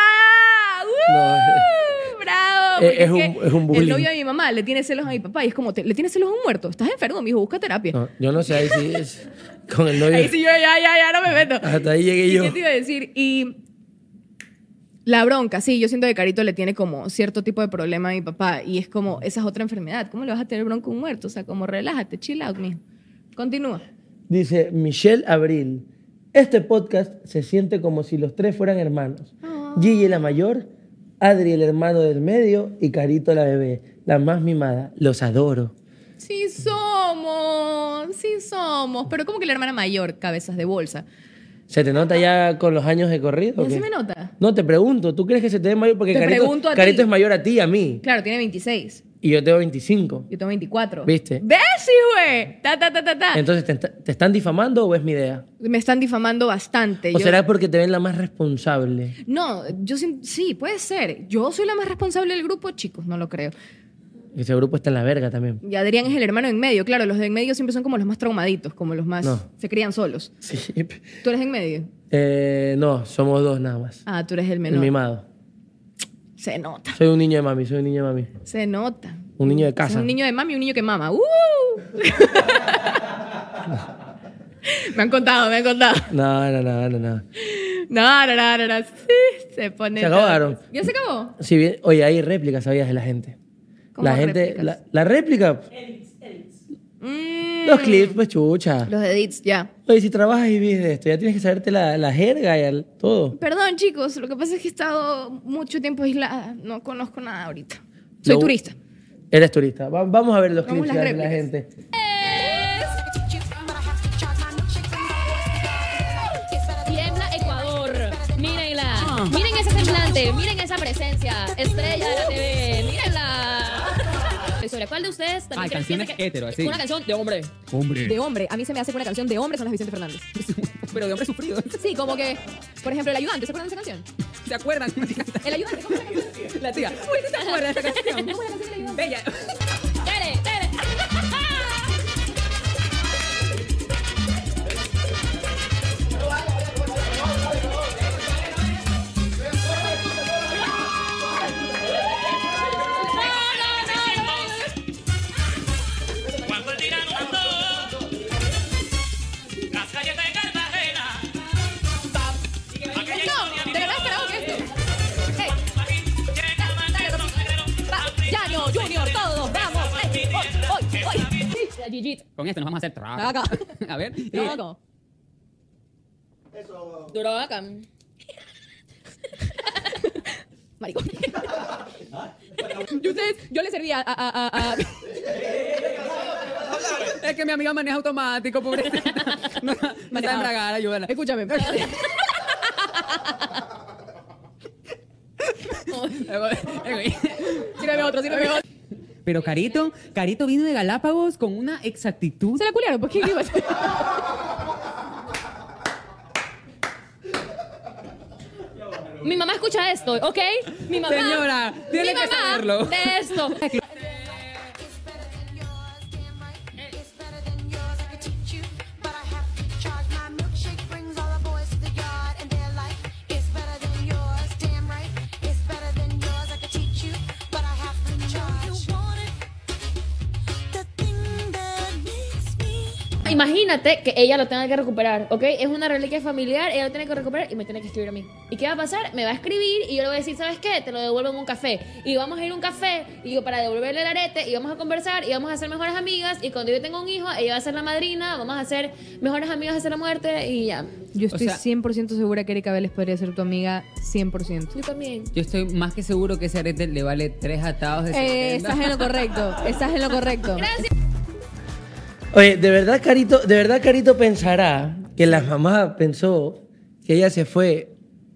A: ¡Uh! ¡Bravo!
B: Eh,
A: Porque
B: es un-
A: que
B: es un bullying.
A: El novio de mi mamá le tiene celos a mi papá y es como, "Te- ¿le tiene celos a un muerto? ¿Estás enfermo, mijo? Busca terapia.
B: No, yo no sé, ahí sí es. Con el novio.
A: Ahí sí yo ya, ya, ya no me meto.
B: Hasta ahí llegué
A: ¿Y
B: yo.
A: ¿Qué te iba a decir? Y la bronca, sí, yo siento que Carito le tiene como cierto tipo de problema a mi papá y es como, esa es otra enfermedad. ¿Cómo le vas a tener bronca a un muerto? O sea, como relájate, chill out, mijo. Continúa.
B: Dice Michelle Abril. Este podcast se siente como si los tres fueran hermanos.
A: Ah.
B: Gigi la mayor, Adri el hermano del medio y Carito la bebé, la más mimada. Los adoro.
A: Sí somos, sí somos. Pero como que la hermana mayor, cabezas de bolsa.
B: ¿Se te nota ya con los años de corrido? o
A: ¿Ya se
B: qué?
A: me nota?
B: No, te pregunto, ¿tú crees que se te ve mayor? Porque
A: Te
B: Carito,
A: pregunto a ti.
B: Carito es mayor a ti y a mí.
A: Claro, tiene 26.
B: Y yo tengo 25.
A: Yo tengo 24.
B: ¿Viste?
A: ¿Ves, sí, güey? Ta, ta, ta, ta, ta.
B: Entonces, ¿te, ent- te están difamando o es mi idea?
A: Me están difamando bastante.
B: ¿O
A: Yo-
B: será porque te ven la más responsable?
A: No, yo sin- sí, puede ser. Yo soy la más responsable del grupo, chicos, no lo creo.
B: Ese grupo está en la verga también.
A: Y Adrián es el hermano en medio, claro, los de en medio siempre son como los más traumaditos, como los más...
B: No.
A: Se crían solos.
B: Sí.
A: ¿Tú eres en medio?
B: Eh, no, somos dos nada más.
A: Ah, tú eres el
B: El
A: menor.
B: mimado.
A: se nota,
B: Soy un niño de mami, soy un niño de mami.
A: se nota.
B: Un niño de
A: Es
B: casa.
A: un niño de mami y un niño que mama. ¡Uh! me han contado, me han contado.
B: No, no, no, no, no.
A: No, no, no, no, no. Sí, se pone...
B: Se acabaron.
A: ¿Ya se acabó?
B: Si bien, oye, hay réplicas, sabías, de la gente.
A: ¿Cómo
B: la gente,
A: réplicas?
B: la, la réplica,
A: Mm,
B: los clips, pues chucha.
A: los edits, ya.
B: Oye, si trabajas y vives de esto, ya tienes que saberte la, la jerga y al- todo.
A: Perdón, chicos, lo que pasa es que he estado mucho tiempo aislada. No conozco nada ahorita. Soy
B: Lo-
A: turista.
B: Eres turista. Va- vamos a ver los
A: Vamos a
B: clips
A: las
B: ya de la
A: réplicas.
B: gente.
D: Tiembla Ecuador.
A: Ah.
D: ese semblante, miren esa presencia, estrella de la TV, mírenla. Y ¿Sobre cuál de ustedes también
C: Ah,
D: creen-
C: canciones
D: piensa que-
C: hetero, así.
D: Una canción de hombre.
A: De hombre. A mí se me hace que una canción de hombre son las Vicente Fernández.
C: Pero de hombre sufrido.
A: Sí, como que, por ejemplo, El Ayudante. ¿Se acuerdan de esa canción?
C: ¿Se acuerdan? Me encanta.
A: El Ayudante. ¿cómo era la canción?
C: La tía. Uy, ¿tú te acuerdas de esa canción?
A: ¿Cómo era la canción del Ayudante?
C: Bella.
D: Tere, Tere.
E: Cuando el tirano mandó las calles de Cartagena, aquella historia
A: No, de verdad esperaba que esto. Hey,
E: llegaban de los negros,
A: va, ya no, Junior, todos, vamos. Hey, hoy, hoy, hoy.
D: La Gigit.
C: Con esto nos vamos a hacer
A: Acá.
C: trabajo. A ver.
A: No, no.
D: Duró acá.
A: Maricón. Yo, ustedes- yo le servía a, a, a, a-
C: Es que mi amiga maneja automático, pobrecita. No, no está embragada, ayúdala.
A: Escúchame. Sírveme otro, sírveme otro.
C: Pero Carito, Carito vino de Galápagos con una exactitud.
A: Se la culiaron,
D: pues,
A: ¿por qué iba a ser?
D: Mi mamá escucha esto, ¿ok? Mi mamá.
C: Señora, tiene
D: mi
C: que
D: mamá
C: saberlo.
D: De esto.
F: It's better than yours, damn right. It's better than yours. I could teach you, but I have to charge. My milkshake brings all the boys to the yard, and they're like, it's better than yours, damn right. It's better than yours. I could teach you, but I have to charge. You want it? The thing that makes me.
D: Imagínate que ella lo tenga que recuperar, ¿ok? Es una reliquia familiar, ella lo tiene que recuperar y me tiene que escribir a mí. ¿Y qué va a pasar? Me va a escribir y yo le voy a decir, ¿sabes qué? Te lo devuelvo en un café. Y vamos a ir a un café y yo para devolverle el arete y vamos a conversar y vamos a ser mejores amigas. Y cuando yo tenga un hijo, ella va a ser la madrina, vamos a ser mejores amigas hasta la muerte y ya.
A: Yo estoy
C: estoy O sea-
A: 100% segura que Erika Vélez podría ser tu amiga 100%.
D: Yo también.
C: Yo estoy más que seguro que ese arete le vale tres atados de
A: Eh,
C: cincuenta.
A: estás en lo correcto, estás en lo correcto.
D: Gracias.
B: Oye, de verdad Carito, de verdad Carito pensará que la mamá pensó que ella se fue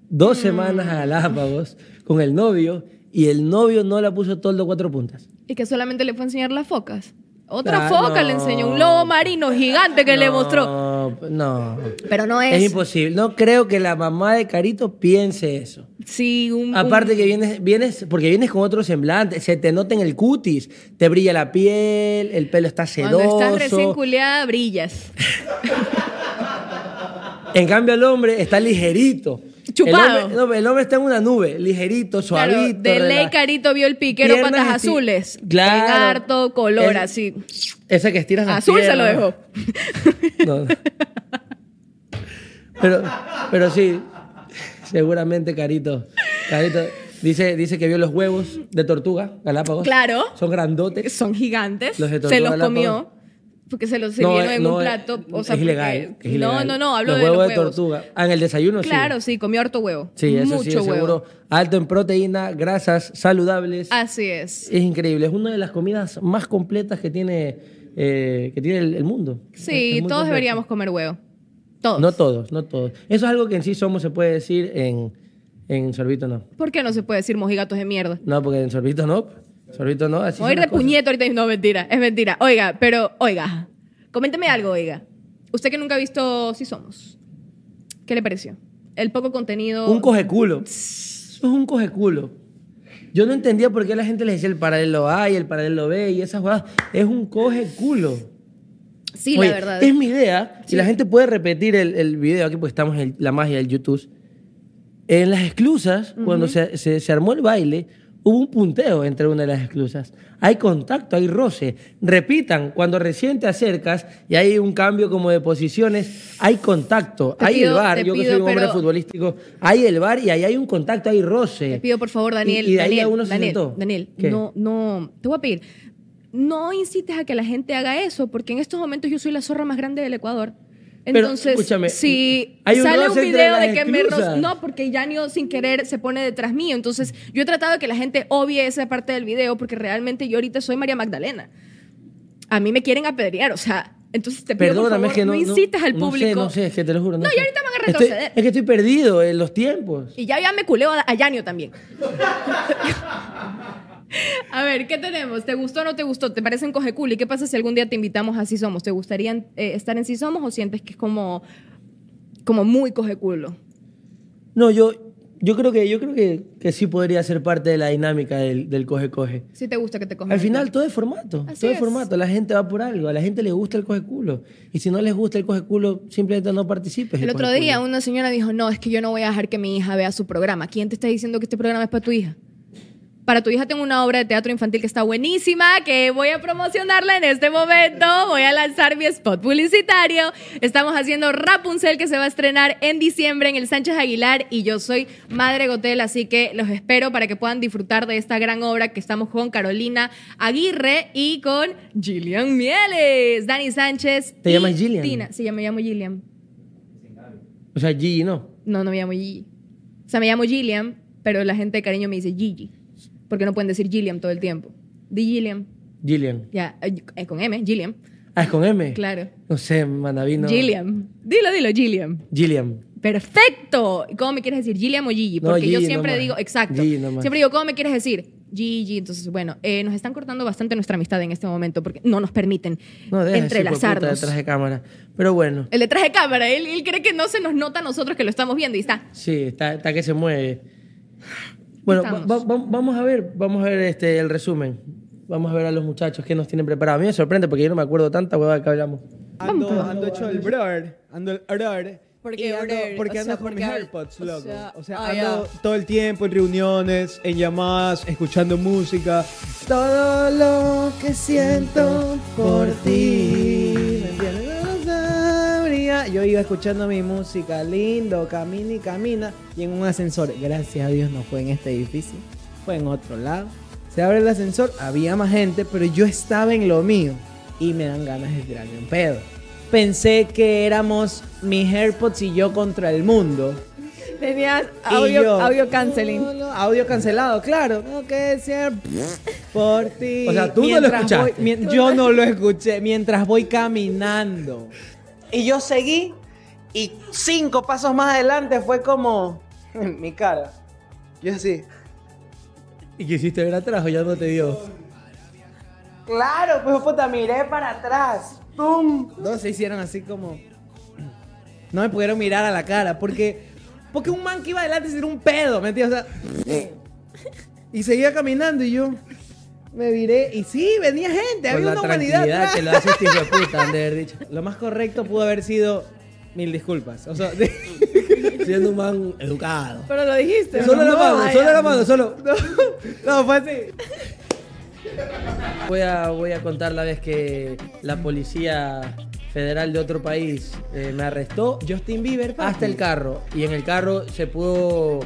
B: dos
A: Mm.
B: semanas a Galápagos con el novio y el novio no la puso toldo cuatro puntas.
A: Y que solamente le fue a enseñar las focas. Otra
B: Ah,
A: foca
B: no.
A: le enseñó, un lobo marino gigante que le
B: No,
A: mostró.
B: No.
A: Pero no
B: Es
A: es.
B: imposible. No creo que la mamá de Carito piense eso.
A: Sí, un.
B: Aparte que vienes, vienes, porque vienes con otro semblante, se te nota en el cutis, te brilla la piel, el pelo está
A: un- cuando
B: sedoso.
A: estás recién culiada, brillas.
B: En cambio, el hombre está ligerito.
A: Chupado.
B: El hombre, no, el hombre está en una nube, ligerito,
A: Claro,
B: suavito.
A: de ley,
B: rela-
A: Carito vio el piquero
B: Piernas
A: patas
B: esti-
A: azules.
B: Claro.
A: En harto color,
B: El-
A: así.
B: Esa que estiras las
A: Azul se lo
B: piernas.
A: dejó.
B: No, no. Pero, pero sí, seguramente Carito. Carito dice, dice que vio los huevos de tortuga, Galápagos.
A: Claro.
B: Son grandotes.
A: Son gigantes.
B: Los de
A: se los
B: Tortuga
A: comió. Porque se los
B: No,
A: sirvieron
B: eh,
A: en
B: no,
A: un
B: eh,
A: plato. O sea,
B: es,
A: porque-
B: ilegal, es
A: No,
B: ilegal.
A: no, no. Hablo
B: los
A: de los
B: huevos de
A: huevos.
B: tortuga. Ah, en el desayuno sí.
A: Claro, sí, comió harto huevo.
B: Sí, eso
A: Mucho
B: sí, es
A: huevo.
B: seguro. Alto en proteína, grasas saludables.
A: Así es.
B: Es increíble, es una de las comidas más completas que tiene, eh, que tiene el, el mundo. Es-
A: Sí,
B: es muy
A: todos
B: completo.
A: deberíamos comer huevo. Todos.
B: No todos, no todos. Eso es algo que en sí somos, se puede decir, en, en sorbito no.
A: ¿Por qué no se puede decir mojigatos de mierda?
B: No, porque en sorbito no. Sorbito no, así
A: Voy a ir de
B: son las cosas.
A: puñeto ahorita. No, mentira, es mentira. Oiga, pero, oiga, coménteme algo, oiga. Usted que nunca ha visto Si Somos, ¿qué le pareció? El poco contenido...
B: Un cojeculo. Eso es un cojeculo. Yo no entendía por qué la gente les decía el paralelo A y el paralelo B y esas cosas. Es un cojeculo.
A: sí,
B: Oye,
A: la verdad.
B: Es mi idea, y la gente puede repetir el, el video aquí porque estamos en el- la magia del YouTube. En las esclusas, cuando se, se- se armó el baile, hubo un punteo entre una de las esclusas. Hay contacto, hay roce. Repitan, cuando recién te acercas y hay un cambio como de posiciones, hay contacto,
A: Te
B: hay el
A: pido-
B: bar.
A: te
B: Yo que
A: pido,
B: soy un hombre
A: pero-
B: futbolístico, hay el bar y ahí hay un contacto, hay roce.
A: Te pido, por favor,
B: Y-
A: Daniel.
B: Y, de ahí
A: Daniel,
B: a uno se
A: Daniel,
B: sentó.
A: Daniel,
B: ¿Qué?
A: no, no. Te voy a pedir. No insistes a que la gente haga eso, porque en estos momentos yo soy la zorra más grande del Ecuador.
B: Pero,
A: Entonces,
B: escúchame,
A: si
B: hay un
A: sale un
B: roce entre
A: video
B: las
A: de que me
B: esclusas.
A: roz- No, porque Yanio sin querer se pone detrás mío. Entonces, yo he tratado de que la gente obvie esa parte del video, porque realmente yo ahorita soy María Magdalena. A mí me quieren apedrear, o sea, Entonces te pido,
B: Perdóname,
A: por favor,
B: es que no.
A: no incites al
B: no
A: público.
B: Sé, no sé, es que te lo juro. No,
A: No,
B: sé.
A: y ahorita van a
B: Estoy-
A: retroceder.
B: es que estoy perdido en los tiempos.
A: Y ya, ya me culeo a, a Yanio también. a ver, ¿qué tenemos? ¿Te gustó o no te gustó? ¿Te parecen coge cool? ¿Y qué pasa si algún día te invitamos a Si Somos? ¿Te gustaría eh, estar en Si Somos o sientes que es como, como muy coge culo?
B: No, yo, yo creo que yo creo que, que sí podría ser parte de la dinámica del, del coge coge.
A: Si te gusta que te cojan.
B: Al final todo es formato,
A: Así
B: todo es
A: es.
B: formato. La gente va por algo, a la gente le gusta el coge culo y si no les gusta el coge culo simplemente no participes.
A: El
B: del
A: otro
B: coge
A: día
B: culo.
A: una señora dijo, no, es que yo no voy a dejar que mi hija vea su programa. ¿Quién te está diciendo que este programa es para tu hija? Para tu hija tengo una obra de teatro infantil que está buenísima, que voy a promocionarla en este momento. Voy a lanzar mi spot publicitario. Estamos haciendo Rapunzel que se va a estrenar en diciembre en el Sánchez Aguilar y yo soy Madre Gotel, así que los espero para que puedan disfrutar de esta gran obra que estamos con Carolina Aguirre y con Gillian Mieles, Dani Sánchez.
B: ¿Te
A: y
B: llamas Gillian?
A: Tina. Sí, ya me llamo Gillian.
B: O sea, Gigi no.
A: No, no me llamo Gigi. O sea, me llamo Gilliam, pero la gente de cariño me dice Gigi. Porque no pueden decir Gilliam todo el tiempo. Di Gilliam.
B: Gillian.
A: Ya, eh, eh, con M, Gilliam.
B: Ah, es con M.
A: Claro.
B: No sé, Manaví no.
A: Gilliam. Dilo, dilo, Gilliam.
B: Gillian.
A: Perfecto. ¿Y ¿Cómo me quieres decir? Gilliam o Gigi.
B: No,
A: Porque yo
B: Gigi
A: siempre
B: nomás.
A: digo, exacto.
B: Gigi nomás.
A: siempre digo, ¿cómo me quieres decir? Gigi. Entonces, bueno, eh, nos están cortando bastante nuestra amistad en este momento porque no nos permiten
B: No dejes
A: entrelazarnos.
B: detrás de cámara. Pero bueno,
A: El detrás de cámara, él, él cree que no se nos nota a nosotros que lo estamos viendo y está.
B: sí, está, está que se mueve. Bueno, va- va- va- vamos a ver, vamos a ver este el resumen. Vamos a ver a los muchachos qué nos tienen preparado. A mí me sorprende porque yo no me acuerdo tanta huevada que hablamos.
G: Ando, ando hecho el brother, ando el brother.
H: ¿Por
G: y
H: qué
G: ando-
H: brother?
G: Porque
H: O
G: ando
H: sea,
G: con
H: porque
G: mis
H: hay-
G: AirPods,
H: o
G: loco. O sea,
H: sea, ah, ya.
G: ando todo el tiempo en reuniones, en llamadas, escuchando música. Todo lo que siento por ti. ¿me entiendes? No sabría. Yo iba escuchando mi música, lindo, camina y camina. Y en un ascensor, gracias a Dios no fue en este edificio, fue en otro lado. Se abre el ascensor, había más gente, pero yo estaba en lo mío. Y me dan ganas de tirarme un pedo. Pensé que éramos mis AirPods y yo contra el mundo.
H: Tenías
G: Y
H: audio,
G: yo,
H: audio
G: no,
H: canceling.
G: no, audio cancelado, claro. No, que sea por ti.
B: O sea, tú no lo
G: voy-
B: escuchaste.
G: mien- yo no lo escuché mientras voy caminando. Y yo seguí y cinco pasos más adelante fue como mi cara. Yo así.
B: ¿Y quisiste ver atrás o ya no te dio?
G: Claro, pues puta, miré para atrás. ¡Tum! Todos se hicieron así como. No me pudieron mirar a la cara porque. Porque un man que iba adelante era un pedo, ¿me entiendes? O sea, y seguía caminando y yo me viré. Y sí, venía gente,
B: Con
G: había
B: la
G: una humanidad.
B: tranquilidad
G: atrás.
B: que lo hace este hijo de puta, han de haber dicho.
G: Lo más correcto pudo haber sido mil disculpas. O sea,
B: Siendo un man educado.
H: Pero lo dijiste.
B: Solo
H: ¿no?
B: la mano,
H: Ay,
B: solo la mano, solo.
G: no, no, fue así.
B: Voy a, voy a contar la vez que la policía federal de otro país eh, me arrestó
G: Justin Bieber, papi.
B: hasta el carro. Y en el carro se pudo...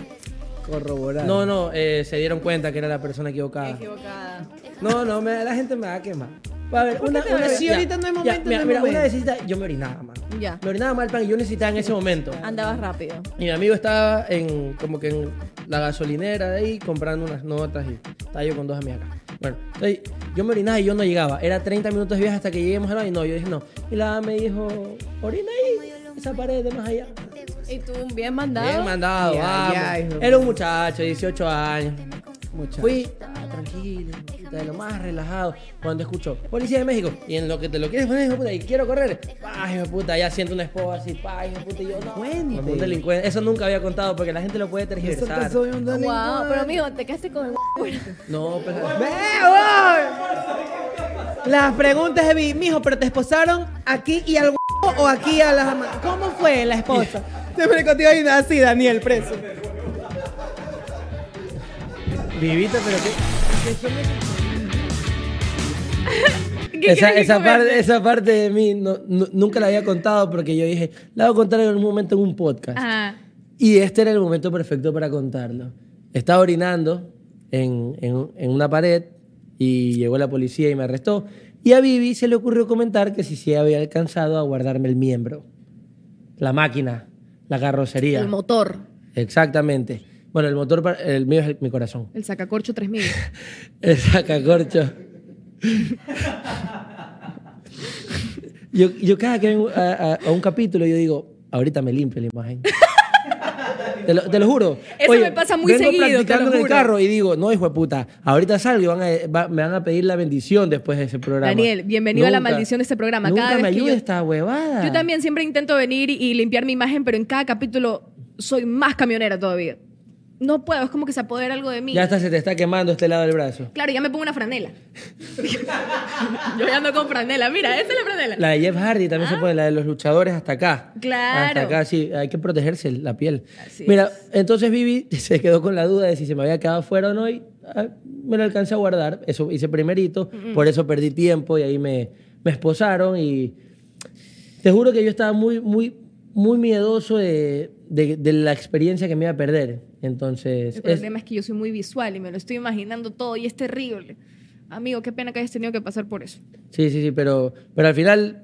G: corroborar.
B: No, no, eh, se dieron cuenta que era la persona equivocada.
H: Equivocada.
B: No, no, me- la gente me va a quemar. A ver, una,
G: te
B: una-
G: vas? Si
B: ya,
G: ahorita no hay
B: ya,
G: momento,
B: mira,
G: no hay
B: mira,
G: momento.
B: una necesita, yo me orinaba, mano.
H: Ya.
B: Me orinaba mal, pan, y yo necesitaba en ese momento.
G: Ah.
H: Andabas rápido.
B: Y mi amigo estaba en como que en la gasolinera de ahí comprando unas notas y estaba yo con dos amigas acá. Bueno, entonces yo me orinaba y yo no llegaba. Era 30 minutos de viaje hasta que lleguemos a la y no, yo dije no. Y la me dijo, orina ahí, esa pared de más allá.
H: Y tú bien mandado.
B: Bien mandado,
G: Ya,
B: vamos.
G: ya, hijo.
B: Era un muchacho, 18 años.
G: Muchacho.
B: Fui ah, tranquilo, de lo más relajado. Cuando escucho, policía de México, y en lo que te lo quieres poner, hijo de puta, y quiero correr. Pa, hijo de puta, ya siento una escoba así, pa, hijo de puta, y yo no.
G: Delincuente.
B: Como un delincuente. Eso nunca había contado porque la gente lo puede
G: Eso
B: tergiversar.
G: que soy un
H: Wow,
G: delincuente.
H: pero amigo, te quedaste con el fuera.
B: No, pero.
G: ¡Ve, voy! Las preguntas de mi, mijo, pero te esposaron aquí y al huevo o aquí a las ama- ¿Cómo fue la esposa? Siempre contigo hay una así, Daniel, preso.
B: Vivita, pero qué.
A: ¿Qué
B: Esa,
A: quieres que
B: esa
A: comente?
B: parte, esa parte de mí no- nu- nunca la había contado porque yo dije, la voy a contar en algún momento en un podcast.
G: Ah,
A: Ajá.
B: Y este era el momento perfecto para contarlo. Estaba orinando en, en- en una pared y llegó la policía y me arrestó. Y a Vivi se le ocurrió comentar que si sí había alcanzado a guardarme el miembro, la máquina, la carrocería.
A: El motor,
B: Exactamente. Bueno, el motor, para- el mío es el- mi corazón.
A: el sacacorcho 3000.
B: El sacacorcho. Yo, yo cada que vengo a, a- a un capítulo, yo digo, ahorita me limpio la imagen. Te lo, te lo juro.
A: Eso me pasa muy
B: vengo
A: seguido, te lo
B: practicando en el
A: juro.
B: carro y digo, no, hijo de puta, ahorita salgo y van a- va- me van a pedir la bendición después de ese programa.
A: Daniel, bienvenido a la maldición de este programa.
B: Nunca
A: Cada
B: me
A: vez que
B: ayuda
A: yo-
B: esta huevada.
A: Yo también siempre intento venir y, y limpiar mi imagen, pero en cada capítulo soy más camionera todavía. No puedo, es como que se apodera algo de mí.
B: Ya hasta se te está quemando este lado del brazo.
A: Claro, ya me pongo una franela. Yo ya ando con franela. Mira, esta es la franela.
B: La de Jeff Hardy también se pone, la de los luchadores hasta acá.
A: Claro.
B: Hasta acá, sí, hay que protegerse la piel.
A: Así
B: Mira,
A: es.
B: entonces Vivi se quedó con la duda de si se me había quedado fuera o no y ah, me lo alcancé a guardar. Eso hice primerito, por eso perdí tiempo y ahí me, me esposaron y te juro que yo estaba muy, muy, muy miedoso de, de- de la experiencia que me iba a perder.
A: El
B: Entonces, es-
A: problema es que yo soy muy visual y me lo estoy imaginando todo y es terrible. Amigo, qué pena que hayas tenido que pasar por eso.
B: Sí, sí, sí, pero, pero al final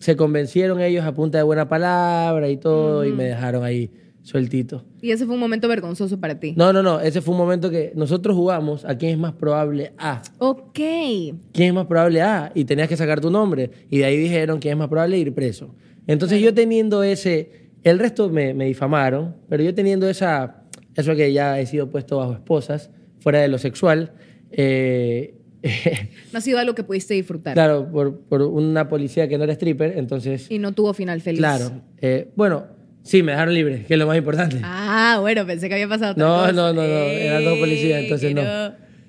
B: se convencieron ellos a punta de buena palabra y todo y me dejaron ahí sueltito.
A: Y ese fue un momento vergonzoso para ti.
B: No, no, no, ese fue un momento que nosotros jugamos a quién es más probable A.
A: Ok.
B: ¿Quién es más probable A? Y tenías que sacar tu nombre. Y de ahí dijeron quién es más probable ir preso. Entonces yo teniendo ese, el resto me, me difamaron, pero yo teniendo esa, eso que ya he sido puesto bajo esposas, fuera de lo sexual, eh,
A: No ha sido algo que pudiste disfrutar.
B: claro, por, por una policía que no era stripper, entonces...
A: Y no tuvo final feliz.
B: Claro. Eh, bueno, sí, me dejaron libre, que es lo más importante.
A: Ah, bueno, pensé que había pasado otra
B: no,
A: cosa.
B: no, no, no, eran dos policías,
A: Ey,
B: entonces
A: que
B: no.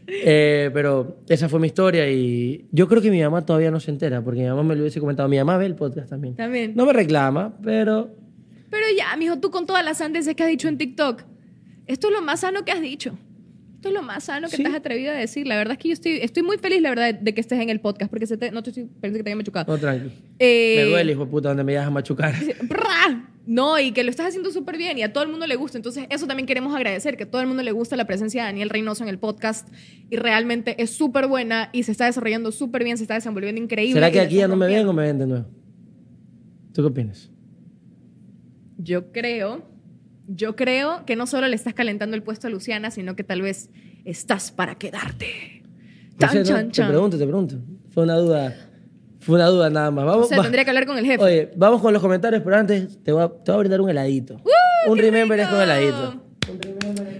B: Eh, pero esa fue mi historia y yo creo que mi mamá todavía no se entera, porque mi mamá me lo hubiese comentado. Mi mamá ve el podcast también.
A: También.
B: No me reclama, pero
A: Pero ya, mijo, tú con todas las sandeces que has dicho en TikTok, esto es lo más sano que has dicho. Esto es lo más sano que
B: Sí.
A: te has atrevido a decir. La verdad es que yo estoy, estoy muy feliz, la verdad, de que estés en el podcast, porque se te- no te estoy, pensé que te había machucado.
B: no, tranqui.
A: Eh,
B: Me duele, hijo de puta, donde me llegas a machucar.
A: ¡Pra! No, y que lo estás haciendo súper bien y a todo el mundo le gusta. Entonces, eso también queremos agradecer, que a todo el mundo le gusta la presencia de Daniel Reynoso en el podcast y realmente es súper buena y se está desarrollando súper bien, se está desenvolviendo increíble.
B: ¿Será
A: y
B: que
A: la
B: aquí ya
A: estás
B: no me ven
A: rompiendo.
B: o me ven de nuevo? ¿Tú qué opinas?
A: Yo creo, yo creo que no solo le estás calentando el puesto a Luciana, sino que tal vez estás para quedarte.
B: No
A: Chan,
B: sé, no,
A: chan,
B: Te
A: chan.
B: pregunto, te pregunto. Fue una duda. Fue una duda nada más. Vamos,
A: O sea,
B: va-
A: tendría que hablar con el jefe.
B: Oh, Oye, vamos con los comentarios, pero antes te voy a, te voy a brindar un heladito. un remember es con heladito.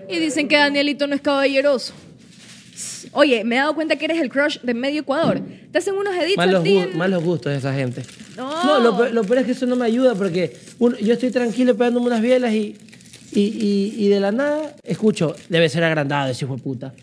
A: Y dicen que Danielito no es caballeroso. Oye, me he dado cuenta que eres el crush de medio Ecuador. Te hacen unos edits al
B: Malos,
A: día
B: gu-
A: en-
B: malos gustos de esa gente.
A: No.
B: lo, peor, lo peor es que eso no me ayuda porque uno- yo estoy tranquilo pegándome unas bielas y, y, y- y de la nada escucho, debe ser agrandado ese hijo de puta.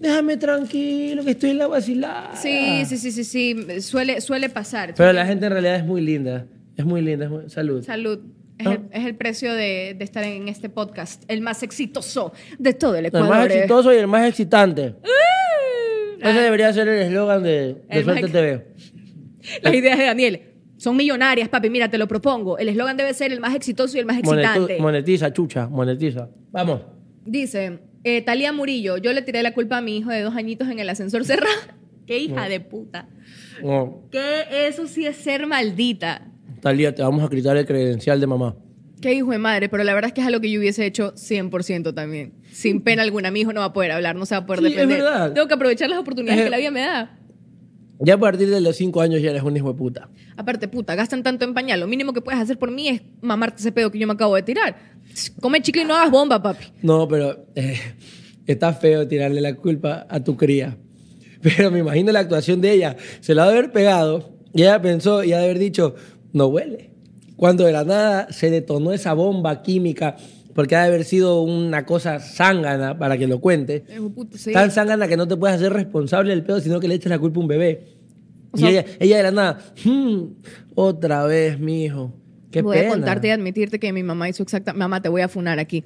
B: Déjame tranquilo que estoy en la vacilada.
A: Sí, sí, sí, sí, sí. Suele, suele pasar.
B: Ah. Pero la gente en realidad es muy linda. Es muy linda. es muy- Salud.
A: Salud. Es,
B: No.
A: el, es el precio de, de estar en este podcast, el más exitoso de todo el
B: El
A: Ecuador.
B: más
A: eh.
B: exitoso y el más excitante.
A: Ah.
B: Ese debería ser el eslogan de, de
A: El más
B: Suerte
A: ex-
B: TV.
A: Las ideas de Daniel son millonarias, papi. Mira, te lo propongo. El eslogan debe ser el más exitoso y el más
B: Monetu-
A: excitante.
B: monetiza, chucha, monetiza. Vamos.
A: Dice, eh, Talía Murillo, yo le tiré la culpa a mi hijo de dos añitos en el ascensor cerrado. Qué hija de puta.
B: No,
A: Que eso sí es ser maldita.
B: Talía, te vamos a quitar el credencial de mamá.
A: Qué hijo de madre, pero la verdad es que es algo que yo hubiese hecho 100% también. Sin pena alguna, mi hijo no va a poder hablar, no se va a poder
B: Sí, es
A: defender.
B: verdad.
A: Tengo que aprovechar las oportunidades
B: Eh.
A: que la vida me da.
B: Ya a partir de los 5 años ya eres un hijo de puta.
A: Aparte, puta, gastan tanto en pañal. Lo mínimo que puedes hacer por mí es mamarte ese pedo que yo me acabo de tirar. Come chicle y no hagas bomba, papi.
B: No, pero eh, está feo tirarle la culpa a tu cría. Pero me imagino la actuación de ella. Se la ha de haber pegado y ella pensó y ha de haber dicho, no huele. Cuando de la nada se detonó esa bomba química, porque ha de haber sido una cosa zángana, para que lo cuente.
A: Hijo de puta, sí.
B: Tan zángana que no te puedes hacer responsable del pedo, sino que le eches la culpa a un bebé.
A: O
B: y
A: sea-
B: ella, ella de la nada, "Hmm, otra vez, mi hijo. Qué
A: voy
B: pena.
A: a contarte y admitirte que mi mamá hizo exacta. Mamá, te voy a funar aquí.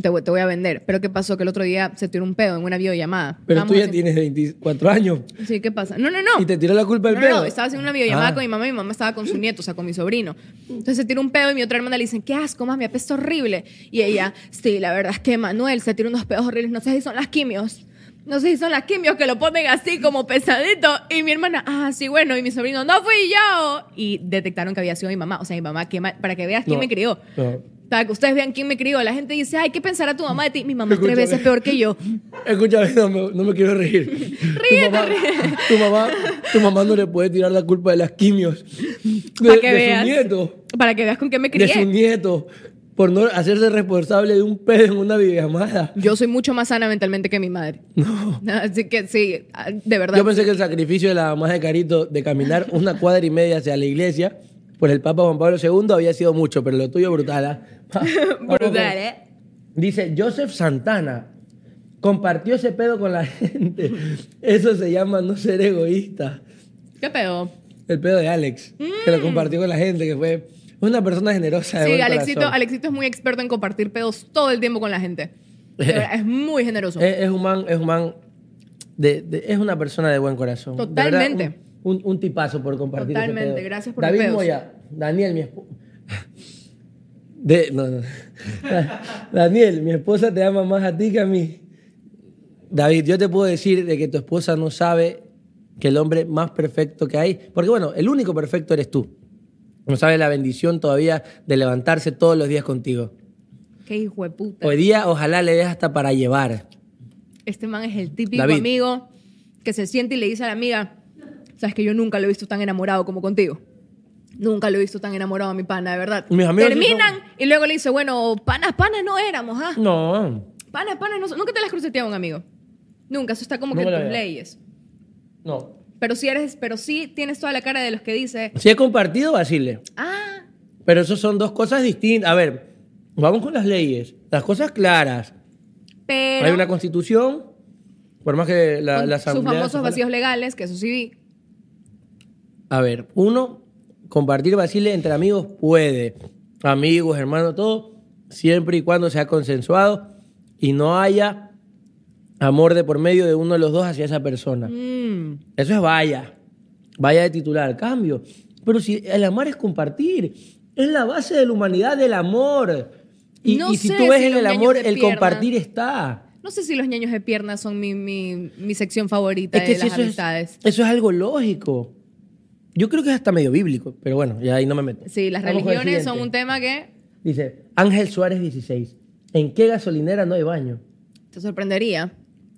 A: Te voy, te voy a vender. Pero ¿qué pasó? Que el otro día se tiró un pedo en una videollamada.
B: Pero
A: Estábamos
B: tú ya
A: haciendo-
B: tienes 24 años
A: Sí, ¿qué pasa? No, no, no.
B: y te tiró la culpa
A: No,
B: del
A: no,
B: pedo.
A: no, estaba haciendo una videollamada
B: Ah.
A: con mi mamá y mi mamá estaba con su nieto, o sea, con mi sobrino. Entonces se tira un pedo y mi otra hermana le dicen, qué asco, mami, apesta horrible. Y ella, sí, la verdad es que Manuel se tira unos pedos horribles, no sé si son las quimios. No sé si son las quimios que lo ponen así como pesadito. Y mi hermana, ah, sí, bueno. Y mi sobrino, no fui yo. Y detectaron que había sido mi mamá. O sea, mi mamá, qué mal- para que veas quién
B: No,
A: me crió.
B: no.
A: Para que ustedes vean quién me crió. La gente dice, ay, ¿qué pensará tu mamá de ti? Mi mamá es tres
B: Escúchame.
A: veces peor que yo.
B: Escúchame, no me, no me quiero reír. tu, mamá, tu mamá Tu mamá no le puede tirar la culpa de las quimios. De,
A: Para que
B: de
A: veas.
B: su nieto.
A: Para que veas con qué me
B: De su
A: crié.
B: nieto. Por no hacerse responsable de un pedo en una videollamada.
A: Yo soy mucho más sana mentalmente que mi madre.
B: No.
A: Así que sí, ah, de verdad.
B: Yo pensé que el sacrificio de la mamá de Carito de caminar una cuadra y media hacia la iglesia por el Papa Juan Pablo II había sido mucho, pero lo tuyo brutal. ¿ah?
A: Brutal, ¿eh?
B: Dice Joseph Santana. Compartió ese pedo con la gente. Eso se llama no ser egoísta.
A: ¿Qué pedo?
B: El pedo de Alex, que lo compartió con la gente, que fue una persona generosa. De
A: Mm. Sí,
B: buen
A: Alexito,
B: corazón.
A: Alexito es muy experto en compartir pedos todo el tiempo con la gente. De verdad, es muy generoso.
B: Es, es un man, es un man de, de- es una persona de buen corazón. De verdad,
A: Totalmente.
B: un, un- un tipazo por compartir. ese
A: Totalmente,
B: pedo.
A: gracias por los
B: David
A: pedos.
B: Moya, Daniel, mi esposa. De, no, no. Daniel, mi esposa te ama más a ti que a mí. David, yo te puedo decir de que tu esposa no sabe que el hombre más perfecto que hay, porque bueno, el único perfecto eres tú. No sabe la bendición todavía de levantarse todos los días contigo.
A: Qué hijo de puta.
B: Hoy día ojalá le des hasta para llevar.
A: Este man es el típico
B: David.
A: amigo que se siente y le dice a la amiga, sabes que yo nunca lo he visto tan enamorado como contigo. Nunca lo he visto tan enamorado a mi pana, de verdad.
B: Mis amigos sí
A: Terminan
B: son-
A: y luego le dice, bueno, panas, panas no éramos, ¿ah?
B: No,
A: Panas, panas, no so- nunca te las cruceteaba un amigo. Nunca, eso está como
B: No
A: que en
B: me la
A: tus
B: veo.
A: leyes.
B: no.
A: Pero sí eres, pero sí tienes toda la cara de los que dice,
B: Si he compartido, vacile.
A: ah,
B: Pero eso son dos cosas distintas. A ver, vamos con las leyes. Las cosas claras.
A: pero
B: Hay una constitución, por más que la,
A: con
B: la
A: sus
B: asamblea...
A: famosos vacíos legales, que eso sí vi.
B: A ver, uno, compartir vacile entre amigos puede. Amigos, hermanos, todo. Siempre y cuando sea consensuado y no haya amor de por medio de uno de los dos hacia esa persona.
A: Mm,
B: Eso es vaya. Vaya de titular, cambio. Pero si el amar es compartir, es la base de la humanidad del amor. Y,
A: No
B: y si
A: sé
B: tú ves
A: si
B: en
A: los
B: el
A: ñaños
B: amor,
A: de
B: el
A: pierna.
B: compartir está.
A: no sé si los ñaños de piernas son mi, mi, mi sección favorita de
B: si
A: las
B: eso es,
A: amistades.
B: eso es algo lógico. Yo creo que es hasta medio bíblico, pero bueno, ya ahí no me meto.
A: Sí, las
B: Vamos con el
A: religiones son
B: siguiente.
A: un tema que
B: Dice Ángel Suárez 16. ¿En qué gasolinera no hay baño?
A: te sorprendería.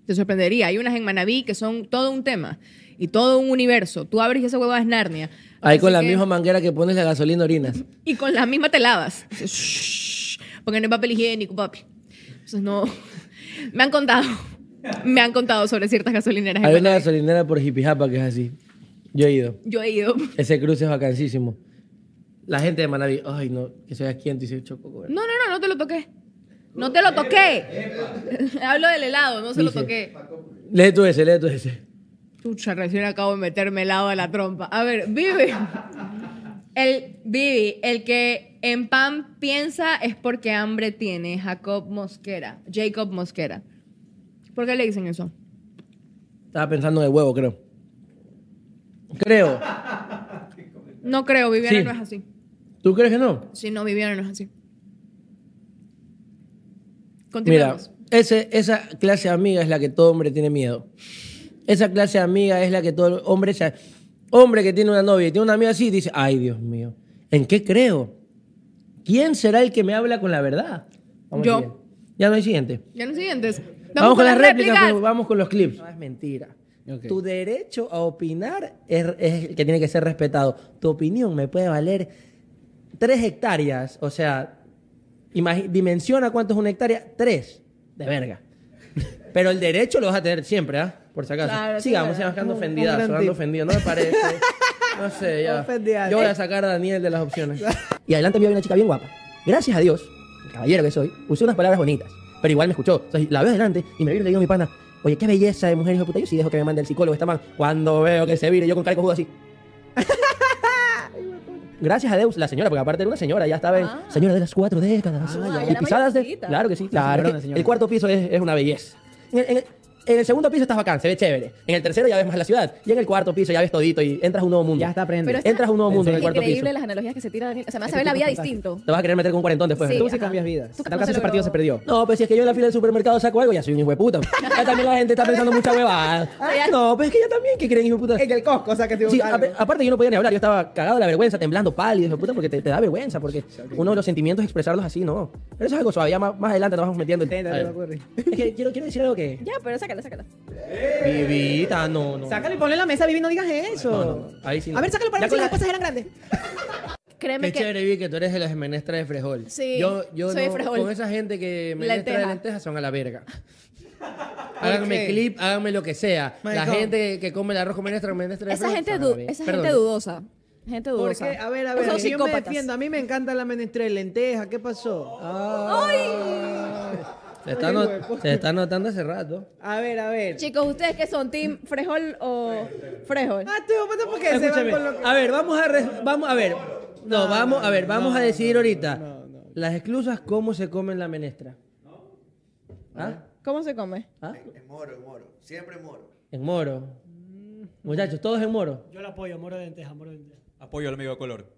A: Te sorprendería. Hay unas en Manabí que son todo un tema y todo un universo. Tú abres y esa hueva es Narnia.
B: Ahí
A: Pues Así
B: con la
A: que-
B: misma manguera que pones la gasolina orinas.
A: Y con la misma te lavas. Shhh, Porque no hay papel higiénico, papi. Entonces no. Me han contado. Me han contado sobre ciertas gasolineras. en
B: Hay una
A: Manabí.
B: gasolinera por Jipijapa que es así. Yo he ido.
A: Yo he ido.
B: Ese cruce es vacancísimo. La gente de Manaví, ay no, que soy aquí en 18 cobre.
A: No, no, no, no te lo toqué. No te lo toqué. Hablo del helado, no se lo
B: Dice.
A: toqué.
B: Lee tú ese, lee tú ese.
A: Chucha, recién acabo de meterme helado de la trompa. A ver, Vivi. El, Vivi, el que en pan piensa es porque hambre tiene. Jacob Mosquera. Jacob Mosquera. ¿Por qué le dicen eso?
B: Estaba pensando en el huevo, creo. Creo.
A: No creo, Viviana
B: Sí.
A: no es así.
B: ¿Tú crees que no?
A: Sí, no, Viviana no es así.
B: Mira,
A: Continuamos.
B: ese, esa clase de amiga es la que todo hombre tiene miedo. Esa clase de amiga es la que todo hombre... se- hombre que tiene una novia y tiene una amiga así, dice, ay Dios mío, ¿en qué creo? ¿Quién será el que me habla con la verdad? al
A: Yo.
B: siguiente. Ya no hay siguiente.
A: Ya los siguientes. Vamos,
B: Vamos, con, las réplicas,
A: réplicas.
B: pues, vamos con los clips. No es mentira.
C: Ok.
B: Tu derecho a opinar es, es el que tiene que ser respetado. Tu opinión me puede valer tres hectáreas. O sea, imagi- dimensiona cuánto es una hectárea. Tres. De verga. Pero el derecho lo vas a tener siempre, ¿ah? Por si acaso.
H: Claro, sí,
B: Sigamos,
H: verdad.
B: sigamos quedando
H: Un- un
B: ofendidas,
H: gran
B: sonando
H: tip.
B: ofendido, no me parece. No sé, ya.
H: Ofendidas.
B: Yo voy a sacar a Daniel de las opciones. Eh. Y adelante había una chica bien guapa. Gracias a Dios, el caballero que soy, usé unas palabras bonitas, pero igual me escuchó. O sea, la veo adelante y me viro y le digo a mi pana, oye, qué belleza de mujer, hijo de puta. Yo sí dejo que me mande el psicólogo esta man. Cuando veo que se vire, yo con cara y cojudo así. Gracias a Dios, la señora, porque aparte era una señora, ya estaba en señora de las cuatro décadas.
H: Ah, ya.
B: y
H: Ya la
B: pisadas de.
H: mayorcita.
B: Claro que sí, claro.
G: señorona,
B: que
G: señora.
B: El cuarto piso es, es una belleza. En el, en el- en el segundo piso estás bacán, se ve chévere. En el tercero ya ves más la ciudad. Y en el cuarto piso ya ves todito y entras a un nuevo mundo.
G: Ya está, aprende.
H: Pero es-
B: Entras a un nuevo mundo en el cuarto piso. Este
H: Increíble las analogías que se tira Daniel. O sea, me hace ver la vida distinto.
B: Te vas a querer meter con un cuarentón después.
H: Sí.
B: ¿no?
G: Tú sí
H: ajá.
G: cambias vidas.
H: Tú
G: En
H: que
G: tal
H: no
G: caso
H: se
G: ese
H: logró.
G: partido se perdió.
B: No, pues si es que yo en la fila del supermercado saco algo, ya soy un hijo de puta. Ya también la gente está pensando mucha huevada. No, pues es que yo también, que creen hijo de puta?
G: Ah, En el Costco, o sea, que te
B: Sí, ape- aparte yo no podía ni hablar, yo estaba cagado de la vergüenza, temblando pálido, hijo de puta, porque te, te da vergüenza, porque uno de los sentimientos es expresarlos así, no. Pero eso es algo suave, ya más, más adelante nos vamos metiendo. en- A
G: Intenta, no
B: ver.
G: te ocurre.
B: Es que quiero, quiero decir algo que...
H: Ya, pero saca sácala, sácala.
B: Vivita, no, no.
I: Sácalo y ponlo en la mesa, Vivi, no digas eso.
B: No, no, no. Ahí sí no.
I: A ver, sácalo para
B: Ya
I: ver si
B: con
I: las
B: la-
I: cosas eran grandes.
H: Créeme
B: Qué
H: que.
B: chévere, Vivi, que tú eres de las menestras de frijol.
H: Sí,
B: yo, yo
H: soy de
B: no-
H: frijol.
B: Con esa gente que menestra de
H: Lenteja.
B: lentejas son a la verga. háganme
I: qué?
B: clip, háganme lo que sea.
I: My
B: la
I: God.
B: gente que come el arroz con menestra, con menestra de
H: Esa,
B: frijol
H: gente,
B: son a
H: du-
B: la verga.
H: esa
B: Perdón.
H: gente dudosa. Gente
I: Porque,
H: dudosa.
I: a ver, a
H: Son
I: ver, si yo me
H: psicópatas.
I: defiendo, a mí me encanta la menestrel, lenteja, ¿qué pasó?
B: Se está, no- se está notando hace rato.
I: A ver, a ver.
H: Chicos, ¿ustedes qué son? ¿Team Frejol o Frejol?
I: Ah, tú, ¿por porque se van
B: Escúchame,
I: con lo que...
B: A ver, vamos a re- vamos a ver. No, vamos, a ver, vamos a decidir ahorita. Las exclusas cómo se comen la menestra. ¿Ah?
H: ¿Cómo se come?
B: ¿Ah?
J: En moro, en moro. Siempre en moro.
B: En moro. Mm. Muchachos, todos en moro.
K: Yo la apoyo, moro de lenteja, moro de lenteja.
E: Apoyo al amigo de color.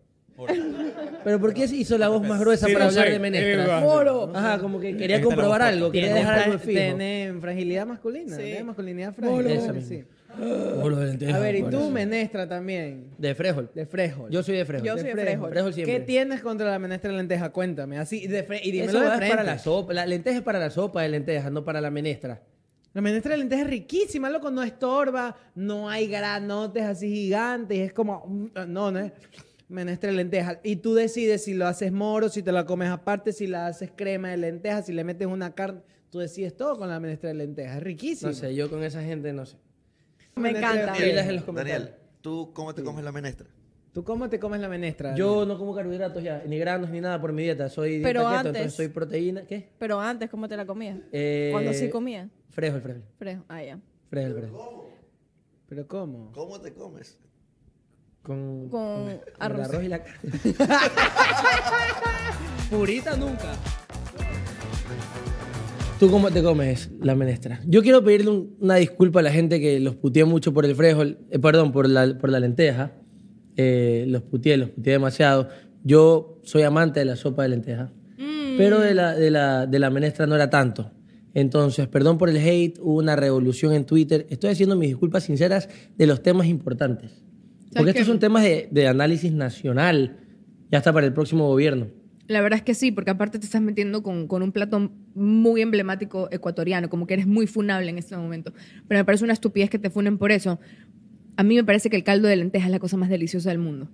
B: Pero ¿por qué se hizo la voz más gruesa
K: Sí,
B: para
K: no
B: hablar
K: sé,
B: de menestras?
K: sí,
B: Moro. Ajá, como que quería comprobar algo, quería
I: Tienen
B: dejar
I: fra-
B: algo fijo.
I: tienen fragilidad masculina, tienen masculinidad frágil.
B: Eso
I: Sí.
B: mismo. Moro de lenteja,
I: A ver, y tú,
B: parece.
I: menestra también,
B: De frejol.
I: de frejol.
B: Yo soy de frejol.
I: Yo soy de frejol.
B: Frejol siempre.
I: ¿Qué tienes contra la menestra de lenteja? Cuéntame, así, de fre- y dímelo
B: Eso
I: de
B: es
I: frente.
B: para la sopa. La lenteja es para la sopa de lentejas, no para la menestra.
I: La menestra de lenteja es riquísima, loco, no estorba, no hay granotes así gigantes, es como, mm, no, no es menestra de lenteja. Y tú decides si lo haces moro, si te la comes aparte, si la haces crema de lenteja, si le metes una carne, tú decides todo con la menestra de lenteja, es riquísima.
B: No sé, yo con esa gente no sé.
H: Me
I: Menestra de
H: encanta.
I: lenteja.
B: Pilas en los comentarios.
J: Daniel, ¿tú cómo te comes la menestra?
I: ¿Tú cómo te comes la menestra?
B: Yo no como carbohidratos ya, ni granos ni nada por mi dieta. Soy dieta
H: Pero
B: keto,
H: antes-
B: entonces soy proteína. ¿Qué?
H: Pero antes, ¿cómo te la comías?
B: Eh,
H: Cuando sí comía.
B: Frejol, frejol.
H: Frejo. Ah, ya.
B: Frejol, frejol.
I: Daniel? ¿Pero cómo?
J: ¿Cómo te comes?
B: Con,
H: Con
B: el
H: arroz.
B: arroz y la carne. Purita nunca. ¿Tú cómo te comes la menestra? Yo quiero pedirle un- una disculpa a la gente que los puteé mucho por el frejol, eh, perdón, por la, por la lenteja. Eh, los puteé, los puteé demasiado. Yo soy amante de la sopa de lenteja, pero
A: Mm.
B: de la, de, la, de la menestra no era tanto. Entonces, perdón por el hate, hubo una revolución en Twitter. Estoy haciendo mis disculpas sinceras de los temas importantes. Porque
A: qué?
B: estos son temas de, de análisis nacional, ya está para el próximo gobierno.
A: La verdad es que sí, porque aparte te estás metiendo con, con un plato muy emblemático ecuatoriano, como que eres muy funable en este momento. Pero me parece una estupidez que te funen por eso. A mí me parece que el caldo de lenteja es la cosa más deliciosa del mundo.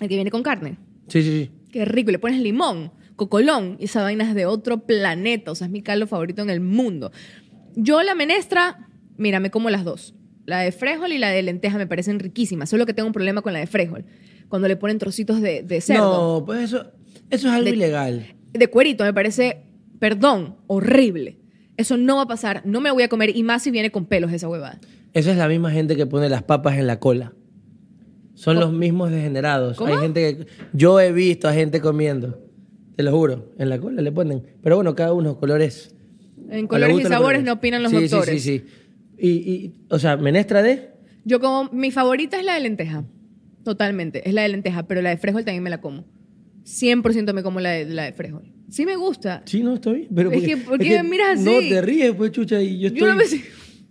A: El que viene con carne.
B: Sí, sí, sí.
A: Qué rico. Y Le pones limón, cocolón, y esa vaina es de otro planeta. O sea, es mi caldo favorito en el mundo. Yo la menestra, mira, me como las dos. La de frijol y la de lenteja me parecen riquísimas. Solo que tengo un problema con la de frijol. Cuando le ponen trocitos de, de cerdo.
B: No, pues eso, eso es algo
A: De-
B: ilegal.
A: De cuerito me parece, perdón, horrible. Eso no va a pasar. No me lo voy a comer. Y más si viene con pelos esa huevada.
B: Esa es la misma gente que pone las papas en la cola. Son los mismos degenerados. Hay gente que yo he visto a gente comiendo. Te lo juro, en la cola le ponen. Pero bueno, cada uno colores.
A: En
B: A
A: colores
B: los
A: y
B: gustos, los
A: sabores
B: colores.
A: no opinan los
B: Sí, sí,
A: doctores.
B: Sí, sí, Y, y, o sea, menestra de
A: Yo como, mi favorita es la de lenteja. Totalmente, es la de lenteja, pero la de frijol también me la como. 100% me como la de, la de frijol. Sí me gusta.
B: Sí, no, está bien. Pero
A: Es que, ¿por qué me miras
B: No
A: así?
B: te ríes, pues, chucha. Y yo,
A: Yo no
B: estoy-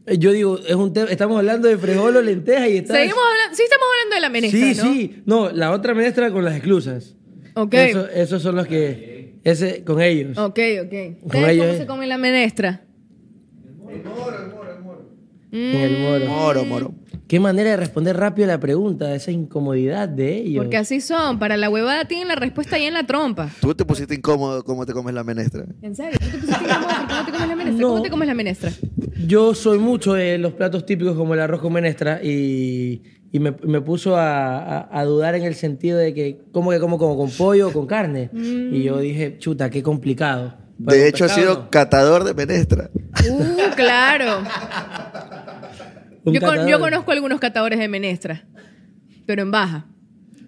B: Eh, yo digo, es un tema- estamos hablando de frijol o lenteja y estás...
A: Seguimos hablando, sí estamos hablando de la menestra,
B: Sí,
A: ¿no?
B: sí. No, la otra menestra con las exclusas.
A: Ok.
B: Eso- esos son los que... Ese, con ellos.
A: Ok, ok.
B: Con
A: ¿Ustedes
B: ellos,
A: cómo
B: eh.
A: se come la menestra?
B: Con el moro.
J: Moro, moro.
B: Qué manera de responder rápido la pregunta, esa incomodidad de ellos.
A: Porque así son, para la huevada tienen la respuesta ahí en la trompa.
J: ¿Tú te pusiste incómodo cómo te comes la menestra?
A: ¿En serio? ¿Tú te pusiste incómodo porque no te comes la menestra?
B: No.
A: ¿Cómo te comes la menestra?
B: Yo soy mucho de los platos típicos como el arroz con menestra y, y me, me puso a, a- a dudar en el sentido de que, ¿cómo que como, como con pollo o con carne?
A: Mm.
B: Y yo dije, chuta, qué complicado. Pero
J: de
B: con
J: hecho, ha
B: pescado
J: sido
B: no.
J: catador de menestra.
A: Uh, claro.
B: Un
A: Yo, con- yo
B: catador.
A: conozco algunos catadores de menestra, pero en baja.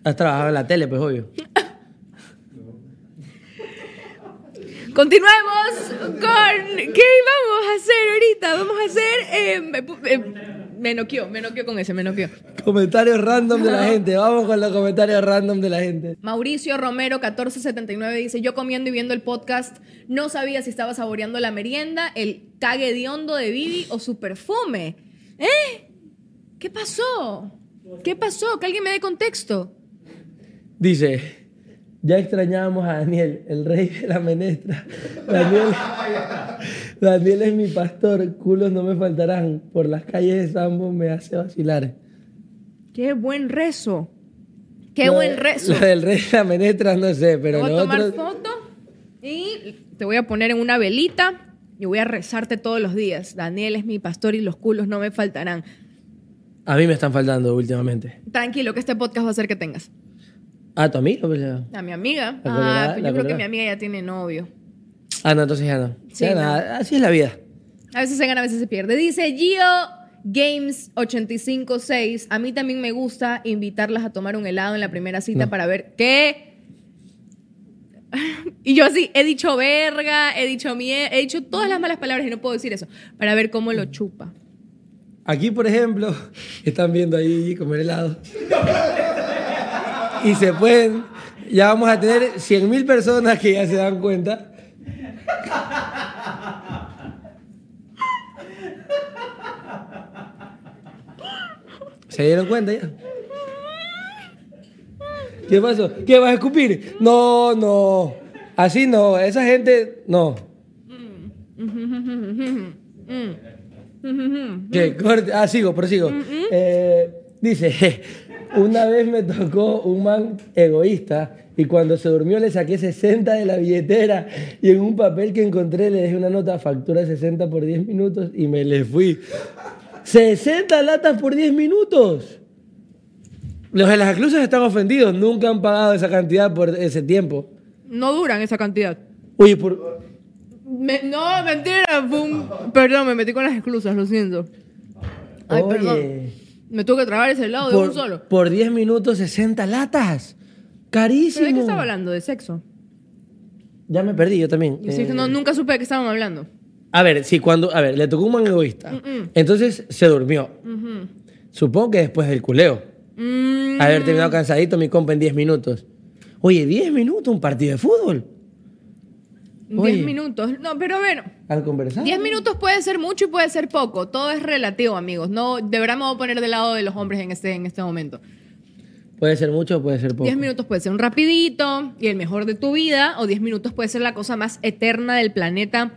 B: Has trabajado en la tele, pues obvio.
A: Continuemos con. ¿Qué vamos a hacer ahorita? Vamos a hacer. eh, me, pu- eh, me noqueó, me noqueó con ese, me noqueó.
B: Comentarios random de la gente. Vamos con los comentarios random de la gente.
A: Mauricio Romero 1479 dice: Yo comiendo y viendo el podcast, no sabía si estaba saboreando la merienda, el cague de hondo de Bibi o su perfume. ¿Eh? ¿Qué pasó? ¿Qué pasó? Que alguien me dé contexto.
B: Dice, ya extrañábamos a Daniel, el rey de la menestra. Daniel, Daniel es mi pastor, culos no me faltarán. Por las calles de Sambo me hace vacilar.
A: ¡Qué buen rezo! ¡Qué
B: Lo
A: buen
B: de-
A: rezo!
B: Lo del rey de la menestra no sé,
A: Te
B: pero
A: voy a
B: lo
A: tomar
B: otro...
A: foto y te voy a poner en una velita y voy a rezarte todos los días. Daniel es mi pastor y los culos no me faltarán.
B: A mí me están faltando últimamente.
A: Tranquilo, que este podcast va a hacer que tengas.
B: Ah, ¿tu amigo? Pues, ya.
A: A mi amiga.
B: La colorada,
A: ah, pues
B: la
A: yo creo que
B: colorada.
A: mi amiga ya tiene novio.
B: Ah, no, entonces ya no.
A: Sí,
B: Ya
A: no.
B: nada, Así es la vida.
A: A veces se gana, a veces se pierde. Dice Gio Games 856. A mí también me gusta invitarlas a tomar un helado en la primera cita
B: No.
A: para ver qué. Y yo así, he dicho verga, he dicho mierda, he dicho todas las malas palabras y no puedo decir eso. Para ver cómo lo chupa.
B: Aquí, por ejemplo, están viendo ahí comer helado. Y se pueden... Ya vamos a tener 100.000 personas que ya se dan cuenta. ¿Se dieron cuenta ya? ¿Qué pasó? ¿Qué vas a escupir? No, no. Así no. Esa gente, no. Que corte. Ah, sigo, prosigo. Eh, dice, una vez me tocó un man egoísta y cuando se durmió le saqué 60 de la billetera y en un papel que encontré le dejé una nota, factura 60 por 10 minutos y me le fui. 60 latas por 10 minutos. Los de las aclusas están ofendidos, nunca han pagado esa cantidad por ese tiempo.
A: No duran esa cantidad.
B: Oye, por...
A: Me- no, mentira. fue un- Perdón, me metí con las exclusas, lo siento. Ay,
B: Oye.
A: perdón. Me tuve que tragar ese helado de
B: por,
A: un solo.
B: por 10 minutos 60 latas. Carísimo.
A: ¿Pero de qué estaba hablando? ¿De sexo?
B: Ya me perdí, yo también.
A: Y si es que
B: Eh,
A: no, nunca supe de qué estaban hablando.
B: A ver, sí, cuando. A ver, le tocó un man egoísta.
A: Mm-mm.
B: Entonces se durmió.
A: Ujú.
B: Supongo que después del culeo.
A: Mm,
B: Haber terminado cansadito mi compa en 10 minutos. Oye, 10 minutos, un partido de fútbol. Oye. Ah.
A: 10 minutos. No, pero bueno,
B: Al conversar.
A: 10 minutos puede ser mucho y puede ser poco. Todo es relativo, amigos. No, de verdad me voy a poner del lado de los hombres en este, en este momento.
B: Puede ser mucho, puede ser poco.
A: 10 minutos puede ser un rapidito y el mejor de tu vida, o 10 minutos puede ser la cosa más eterna del planeta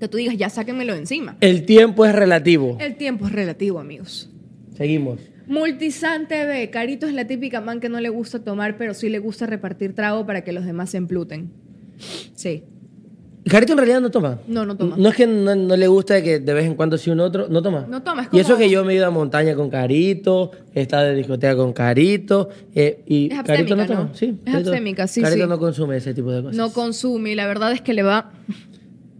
A: que tú digas, ya sáquenmelo de encima.
B: El tiempo es relativo.
A: El tiempo es relativo, amigos.
B: Seguimos.
A: Multisan TV, Carito es la típica man que no le gusta tomar, pero sí le gusta repartir trago para que los demás se empluten. Sí.
B: Carito en realidad no toma.
A: No, no toma.
B: No es que no, no le gusta que de vez en cuando sí un otro, no toma.
A: No toma, es
B: Y eso
A: como-
B: que yo me he ido a montaña con Carito, he estado de discoteca con Carito, eh, y
A: Es
B: Carito
A: abstémica,
B: no toma.
A: ¿no?
B: Sí,
A: Es abstémica, sí,
B: Carito
A: sí.
B: no consume ese tipo de cosas.
A: No consume y la verdad es que le va,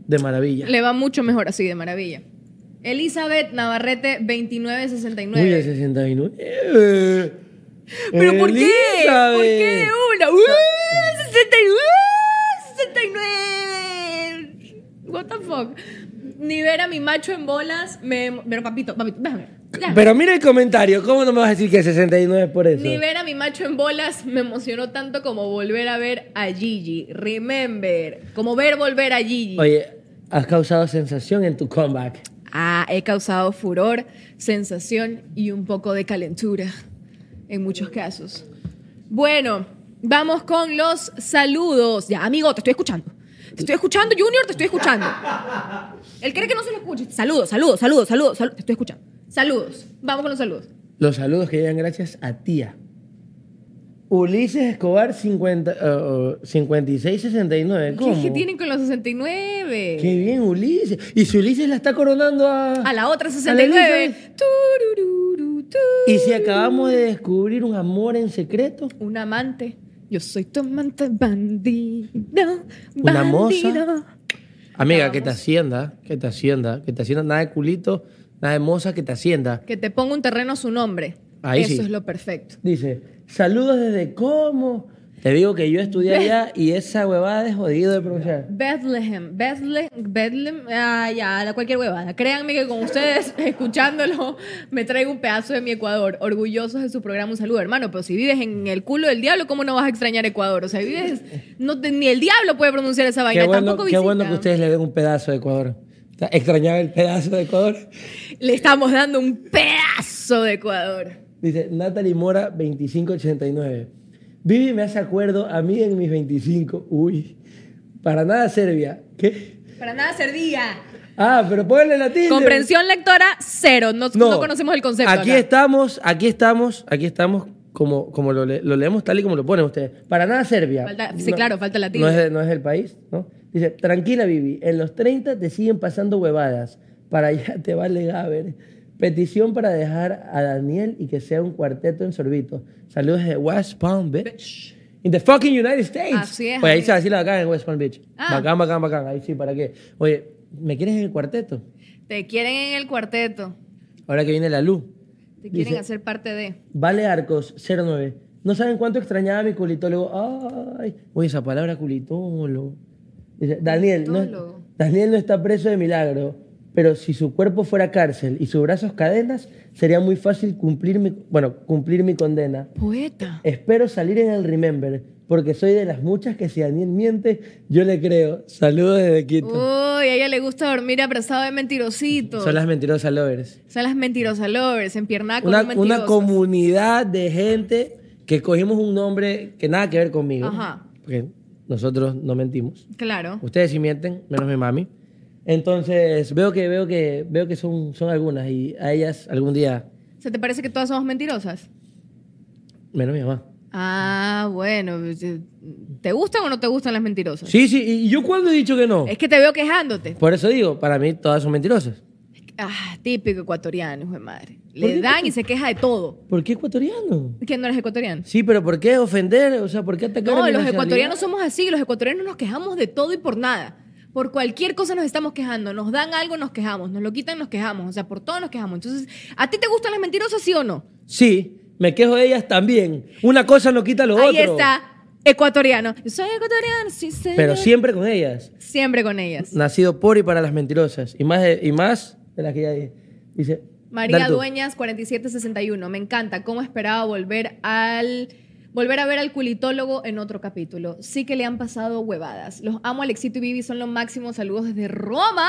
B: De maravilla.
A: le va mucho mejor así, de maravilla. Elizabeth Navarrete,
B: Uy, el
A: 2969.
B: 69. Eh,
A: ¿Pero por qué? ¿Por qué de
B: Elizabeth.
A: una? ¡Uh! 69, ¡69! What the fuck? Ni ver a mi macho en bolas, me... Pero papito, papito, déjame. déjame.
B: Pero mira el comentario, ¿cómo no me vas a decir que el 69 es por eso?
A: Ni ver a mi macho en bolas me emocionó tanto como volver a ver a Gigi. Remember. Como ver volver a Gigi.
B: Oye, has causado sensación en tu comeback.
A: Ah, he causado furor, sensación y un poco de calentura en muchos casos. Bueno, vamos con los saludos. Ya, amigo, te estoy escuchando. Te estoy escuchando, Junior, te estoy escuchando. Él cree que no se lo escuche. Saludos, saludos, saludos, saludos, saludos. Te estoy escuchando. Saludos. Vamos con los saludos.
B: Los saludos que llegan gracias a tía. Ulises Escobar 50, eh, eh, 5669.
A: ¿Qué,
B: ¿Cómo?
A: qué tienen con los 69?
B: Qué bien, Ulises. Y si Ulises la está coronando a.
A: A la otra
B: ¿A la
A: 69.
B: Elizabeth?
A: Turururu, tu.
B: Y si acabamos de descubrir un amor en secreto.
A: Un amante. Yo soy tu amante bandido.
B: Una moza.
A: bandido.
B: Amiga, que te hacienda, que te hacienda, que te hacienda nada de culito, nada de moza, que te hacienda.
A: Que te ponga un terreno a su nombre.
B: Ahí
A: Eso
B: sí.
A: es lo perfecto.
B: Dice, saludos desde cómo. Te digo que yo estudié allá y esa huevada es jodido de pronunciar.
A: Bethlehem, Bethlehem, Bethlehem, ah, ya, la cualquier huevada. Créanme que con ustedes, escuchándolo, me traigo un pedazo de mi Ecuador. Orgullosos de su programa, un saludo, hermano. Pero si vives en el culo del diablo, ¿cómo no vas a extrañar Ecuador? O sea, vives. No te- ni el diablo puede pronunciar esa vaina.
B: Qué bueno,
A: Tampoco
B: qué bueno que
A: visita.
B: ustedes le den un pedazo de Ecuador. Ta- Extrañaba el pedazo de Ecuador.
A: Le estamos dando un pedazo de Ecuador.
B: Dice, Natalie Mora, 2589. Vivi me hace acuerdo a mí en mis 25. Uy, para nada Serbia. ¿Qué?
A: Para nada servía.
B: Ah, pero ponle la tilde.
A: Comprensión lectora, cero. No, no conocemos el concepto.
B: Aquí
A: acá.
B: estamos, aquí estamos, aquí estamos como, como lo, le- lo leemos tal y como lo ponen ustedes. Para nada Serbia.
A: Falta- sí, claro, falta la tilde.
B: No es, de- no es el país, ¿no? Dice, tranquila, Vivi, en los 30 te siguen pasando huevadas. Para allá te vale Gaber. Petición para dejar a Daniel y que sea un cuarteto en sorbito. Saludos de West Palm Beach. In the fucking United States.
A: Así es,
B: Oye, ahí
A: amigo.
B: se va a decir la bacán en West Palm Beach.
A: Ah.
B: Bacán, bacán, bacán. Ahí sí, ¿para qué? Oye, ¿me quieres en el cuarteto?
A: Te quieren en el cuarteto.
B: Ahora que viene la luz.
A: Te quieren
B: Dice-
A: hacer parte de.
B: Vale Arcos, 09. No saben cuánto extrañaba a mi culitólogo. Ay, oye, esa palabra culitólogo. Dice, Daniel, no,
A: Culitólogo.
B: Daniel no está preso de milagro, pero si su cuerpo fuera cárcel y sus brazos cadenas, sería muy fácil cumplir mi, bueno, cumplir mi condena.
A: Poeta.
B: Espero salir en el Remember, porque soy de las muchas que si Daniel miente, yo le creo. Saludos desde
A: Uy,
B: Quito.
A: a ella le gusta dormir abrazado de mentirositos.
B: Son las mentirosas lovers.
A: Son las mentirosas lovers, empiernada con
B: Una,
A: un
B: una
A: mentiroso.
B: comunidad de gente que cogimos un nombre que nada que ver conmigo.
A: Ajá.
B: Porque nosotros no mentimos.
A: Claro.
B: Ustedes sí mienten, menos mi mami. Entonces, veo que, veo que, veo que son, son algunas y a ellas algún día,
A: ¿Se te parece que todas somos mentirosas?
B: menos mi mamá.
A: Ah, bueno. ¿Te gustan o no te gustan las mentirosas?
B: Sí, sí, ¿y yo cuándo he dicho que no?
A: Es que te veo quejándote.
B: Por eso digo, para mí todas son mentirosas.
A: Ah, típico ecuatoriano, hijo de madre.
B: ¿Por qué?
A: Le dan y se queja de todo.
B: ¿Por qué ecuatoriano?
A: ¿Que no eres ecuatoriano?
B: Sí, pero ¿por qué ofender? O sea, ¿por qué atacar a
A: No,
B: mi
A: los
B: nacionalidad?
A: ecuatorianos somos así, los ecuatorianos nos quejamos de todo y por nada. Por cualquier cosa nos estamos quejando, nos dan algo, nos quejamos, nos lo quitan, nos quejamos, o sea, por todo nos quejamos. Entonces, ¿a ti te gustan las mentirosas, sí o no?
B: Sí, me quejo de ellas también. Una cosa no quita lo
A: Ahí
B: otro.
A: está, ecuatoriano. Yo soy ecuatoriano, sí, señor.
B: Pero siempre con ellas.
A: Siempre con ellas.
B: Nacido por y para las mentirosas. Y más de, y más de las que ya dije. Dice.
A: María
B: dale tú.
A: Dueñas, 4761. Me encanta. ¿Cómo esperaba volver al. Volver a ver al culitólogo en otro capítulo. Sí que le han pasado huevadas. Los amo, Alexito y Vivi, son lo máximo. Saludos desde Roma.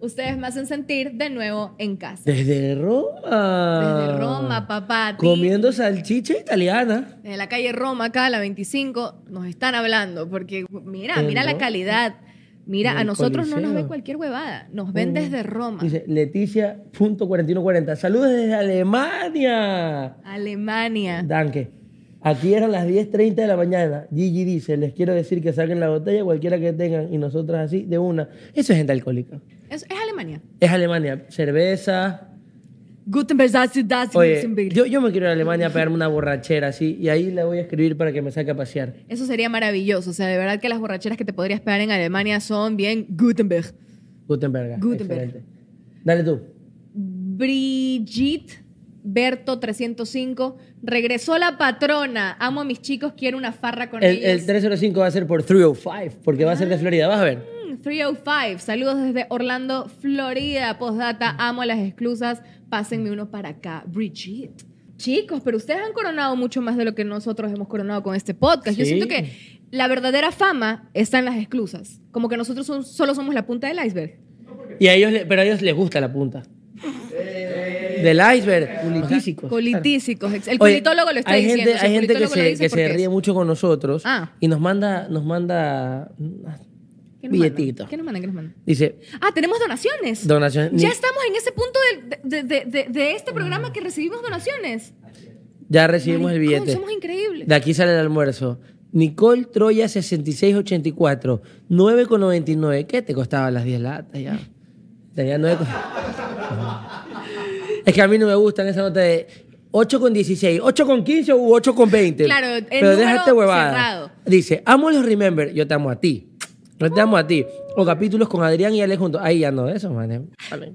A: Ustedes me hacen sentir de nuevo en casa.
B: Desde Roma.
A: Desde Roma, papá. ti-
B: Ah, Comiendo salchicha italiana.
A: En la calle Roma, acá, a la 25, nos están hablando. Porque mira,
B: En
A: mira la
B: Roma.
A: calidad. Mira,
B: En
A: a
B: el
A: nosotros no nos
B: Coliseo.
A: ve cualquier huevada. Nos ven desde Roma.
B: Dice Leticia.4140. Saludos desde Alemania.
A: Alemania.
B: Danke. Aquí eran las 10.30 de la mañana. Gigi dice, les quiero decir que saquen la botella cualquiera que tengan y nosotras así de una. Eso es gente alcohólica.
A: Es, es Alemania.
B: Es Alemania. Cerveza.
A: Gutenberg, das, das,
B: Oye,
A: Gutenberg.
B: yo, yo me quiero ir a Alemania a pegarme una borrachera así y ahí la voy a escribir para que me saque a pasear.
A: Eso sería maravilloso. O sea, de verdad que las borracheras que te podrías pegar en Alemania son bien Gutenberg.
B: Gutenberg.
A: Gutenberg.
B: Dale tú.
A: Brigitte Berto 305. Regresó la patrona. Amo a mis chicos, quiero una farra con
B: El, el
A: ellos. Ah.
B: 305 va a ser por 305 porque va a ser de Florida. Vas a ver.
A: Mm, 305. Saludos desde Orlando, Florida. Postdata, amo a las exclusas. Pásenme uno para acá. Brigitte. Chicos, pero ustedes han coronado mucho más de lo que nosotros hemos coronado con este podcast. Yo
B: Sí.
A: siento que la verdadera fama está en las exclusas. Como que nosotros son- solo somos la punta del iceberg.
B: Y a ellos, le- pero a ellos les gusta la punta. Del iceberg. Culitísicos.
A: Colitísicos. ex- Eh. El
B: Oye,
A: politólogo lo está
B: hay
A: diciendo.
B: Gente,
A: si el
B: hay gente que
A: politólogo lo
B: se,
A: dice
B: que
A: porque
B: se ríe
A: es.
B: mucho con nosotros
A: Ah.
B: y nos manda, nos manda ah,
A: ¿Qué nos
B: billetitos.
A: mandan? ¿Qué nos mandan? ¿Qué nos mandan?
B: Dice,
A: Ah, tenemos donaciones.
B: Donaciones.
A: Ya estamos en ese punto del- de, de- de- de este programa que recibimos donaciones.
B: ya recibimos el
A: Maricón,
B: billete.
A: Somos increíbles.
B: De aquí sale el almuerzo. Nicole Troya 6684, 9,99. ¿Qué te costaba las 10 latas ya? Tenía 9. co- es que a mí no me gustan esa nota de 8,16, 8,15 u 8,20.
A: Claro, el
B: pero
A: número
B: déjate huevada.
A: cerrado.
B: Dice, amo los Remember, yo te amo a ti. Yo te amo a ti. O capítulos con Adrián y Ale juntos. Ahí ya no, eso, man. Vale.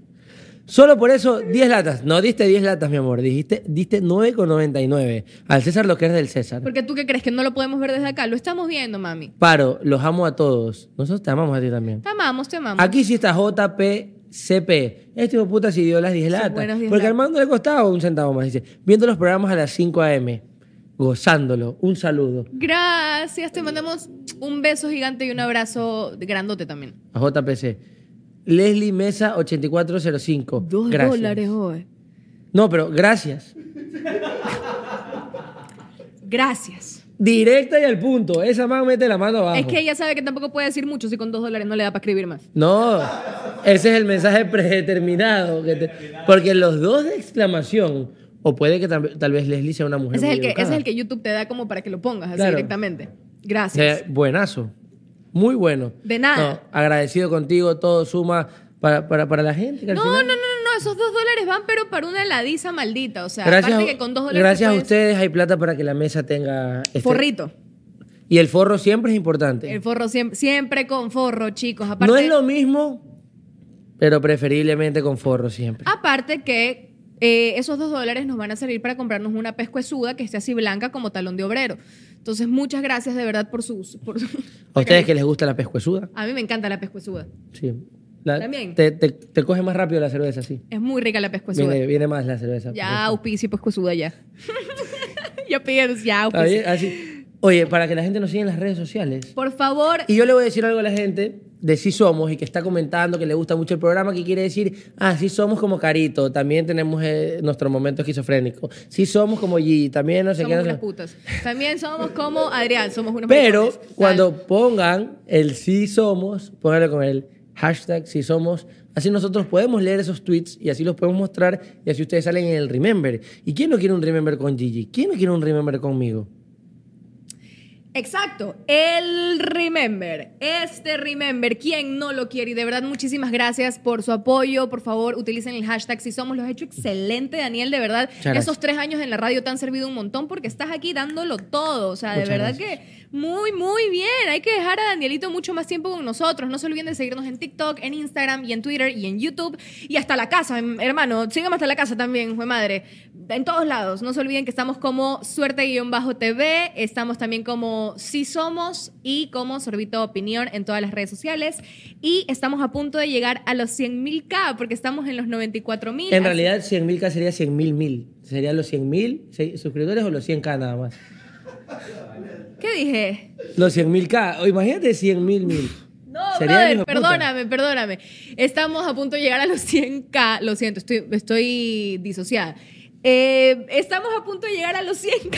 B: Solo por eso, 10 latas. No diste 10 latas, mi amor. Dijiste, diste 9,99. Al César lo que es del César.
A: Porque tú qué crees que no lo podemos ver desde acá. Lo estamos viendo, mami.
B: Paro, los amo a todos. Nosotros te amamos a ti también.
A: Te amamos, te amamos.
B: Aquí sí está JPCP. Este hijo de puta sí dio las 10 latas.
A: buenos 10
B: Porque
A: latas.
B: Armando le costaba un centavo más. Dice, viendo los programas a las 5 a.m., gozándolo. Un saludo
A: Gracias, te mandamos un beso gigante y un abrazo grandote también.
B: a JPC. Leslie Mesa 8405.
A: Dos
B: Gracias.
A: dólares hoy.
B: No, pero gracias.
A: Gracias.
B: Directa y al punto. Esa man mete la mano abajo.
A: Es que ella sabe que tampoco puede decir mucho si con dos dólares no le da para escribir más.
B: No. Ese es el mensaje predeterminado. que te- porque los dos de exclamación, o puede que tam- tal vez Leslie sea una mujer.
A: Ese es,
B: muy
A: el que, ese es
B: educada.
A: el que YouTube te da como para que lo pongas así
B: Claro.
A: directamente.
B: Eh,
A: Gracias.
B: buenazo. Muy bueno.
A: De nada.
B: No, agradecido contigo, todo suma para, para, para la gente. que al
A: No, no, no, no,
B: final-
A: no, esos dos dólares van pero para una heladiza maldita. O sea,
B: Gracias,
A: aparte que con dos dólares
B: gracias a
A: te puedes-
B: ustedes hay plata para que la mesa tenga... este-
A: Forrito.
B: Y el forro siempre es importante.
A: El forro siempre, siempre con forro, chicos. Aparte,
B: No es lo mismo, pero preferiblemente con forro siempre.
A: Ah, aparte que eh, esos dos dólares nos van a servir para comprarnos una pescuezuda que esté así blanca como talón de obrero. Entonces, muchas gracias de verdad por sus... por su-
B: ¿A ustedes que les gusta la pescuezuda?
A: A mí me encanta la pescuezuda.
B: Sí. La-
A: También.
B: Te, te- te coge más rápido la cerveza, sí.
A: Es muy rica la pescuezuda.
B: Viene, viene más la cerveza.
A: Ya, auspicio pescuezuda ya. Yo pido ya,
B: Está bien,
A: auspicio.
B: así. Oye, para que la gente nos siga en las redes sociales.
A: Por favor,
B: Y yo le voy a decir algo a la gente de Sí Somos y que está comentando que le gusta mucho el programa, que quiere decir, ah, sí somos como Carito, también tenemos eh, nuestro momento esquizofrénico. Sí somos como G, también no sé qué.
A: somos
B: no sé-
A: unas putas. También somos como Adrián, somos unos
B: Pero
A: maricones. Tal.
B: cuando pongan el sí somos, pónganlo con el hashtag sí somos. Así nosotros podemos leer esos tweets y así los podemos mostrar y así ustedes salen en el remember. ¿Y quién no quiere un remember con Gigi? ¿Quién no quiere un remember conmigo?
A: Exacto, el Remember, este Remember, ¿quién no lo quiere? Y de verdad, muchísimas gracias por su apoyo, por favor, utilicen el hashtag si somos, los he hecho excelente, Daniel, de verdad,
B: gracias.
A: esos tres años en la radio te han servido un montón porque estás aquí dándolo todo, o sea,
B: Muchas
A: de verdad que muy, muy bien, hay que dejar a Danielito mucho más tiempo con nosotros, no se olviden de seguirnos en TikTok, en Instagram y en Twitter y en YouTube y hasta la casa, em- hermano, síganme hasta la casa también, fue madre, en todos lados, no se olviden que estamos como suerte-tv, estamos también como si somos y como sorbito de opinión en todas las redes sociales y estamos a punto de llegar a los 100.000 K porque estamos en los 94.000.
B: En
A: así-
B: realidad, 100 mil K sería 100 mil mil. ¿Serían los 100 mil suscriptores o los 100 K nada más?
A: ¿Qué dije?
B: Los 100 mil K. O imagínate 100 mil mil.
A: No,
B: Sería
A: brother,
B: el hijo de puta.
A: perdóname, perdóname. Estamos a punto de llegar a los 100k. Lo siento, estoy, estoy disociada. Eh, estamos a punto de llegar a los 100k.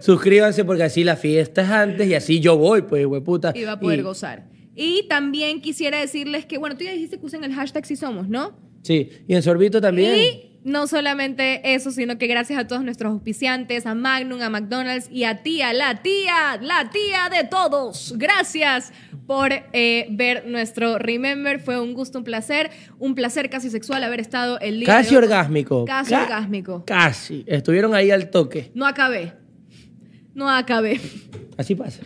B: Suscríbanse porque así la fiesta es antes y así yo voy, pues, hueputa.
A: Y va a poder gozar. Y también quisiera decirles que, bueno, tú ya dijiste que usen el hashtag si somos, ¿no?
B: Sí, y en Sorbito también.
A: Y no solamente eso, sino que gracias a todos nuestros auspiciantes, a Magnum, a McDonald's y a tía, la tía, la tía de todos. Gracias por eh, ver nuestro Remember. Fue un gusto, un placer, un placer casi sexual haber estado el día.
B: Casi
A: de hoy.
B: orgásmico.
A: Casi
B: Ca-
A: orgásmico.
B: Casi. Estuvieron ahí al toque.
A: No acabé. No acabé.
B: Así pasa.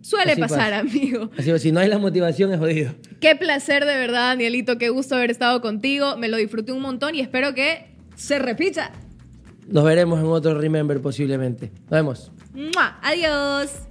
A: Suele
B: Así
A: pasar,
B: pasa.
A: amigo.
B: Así si no hay la motivación es jodido.
A: Qué placer de verdad, Danielito. Qué gusto haber estado contigo. Me lo disfruté un montón y espero que se repita.
B: Nos veremos en otro Remember posiblemente. Nos vemos.
A: ¡Mua! Adiós.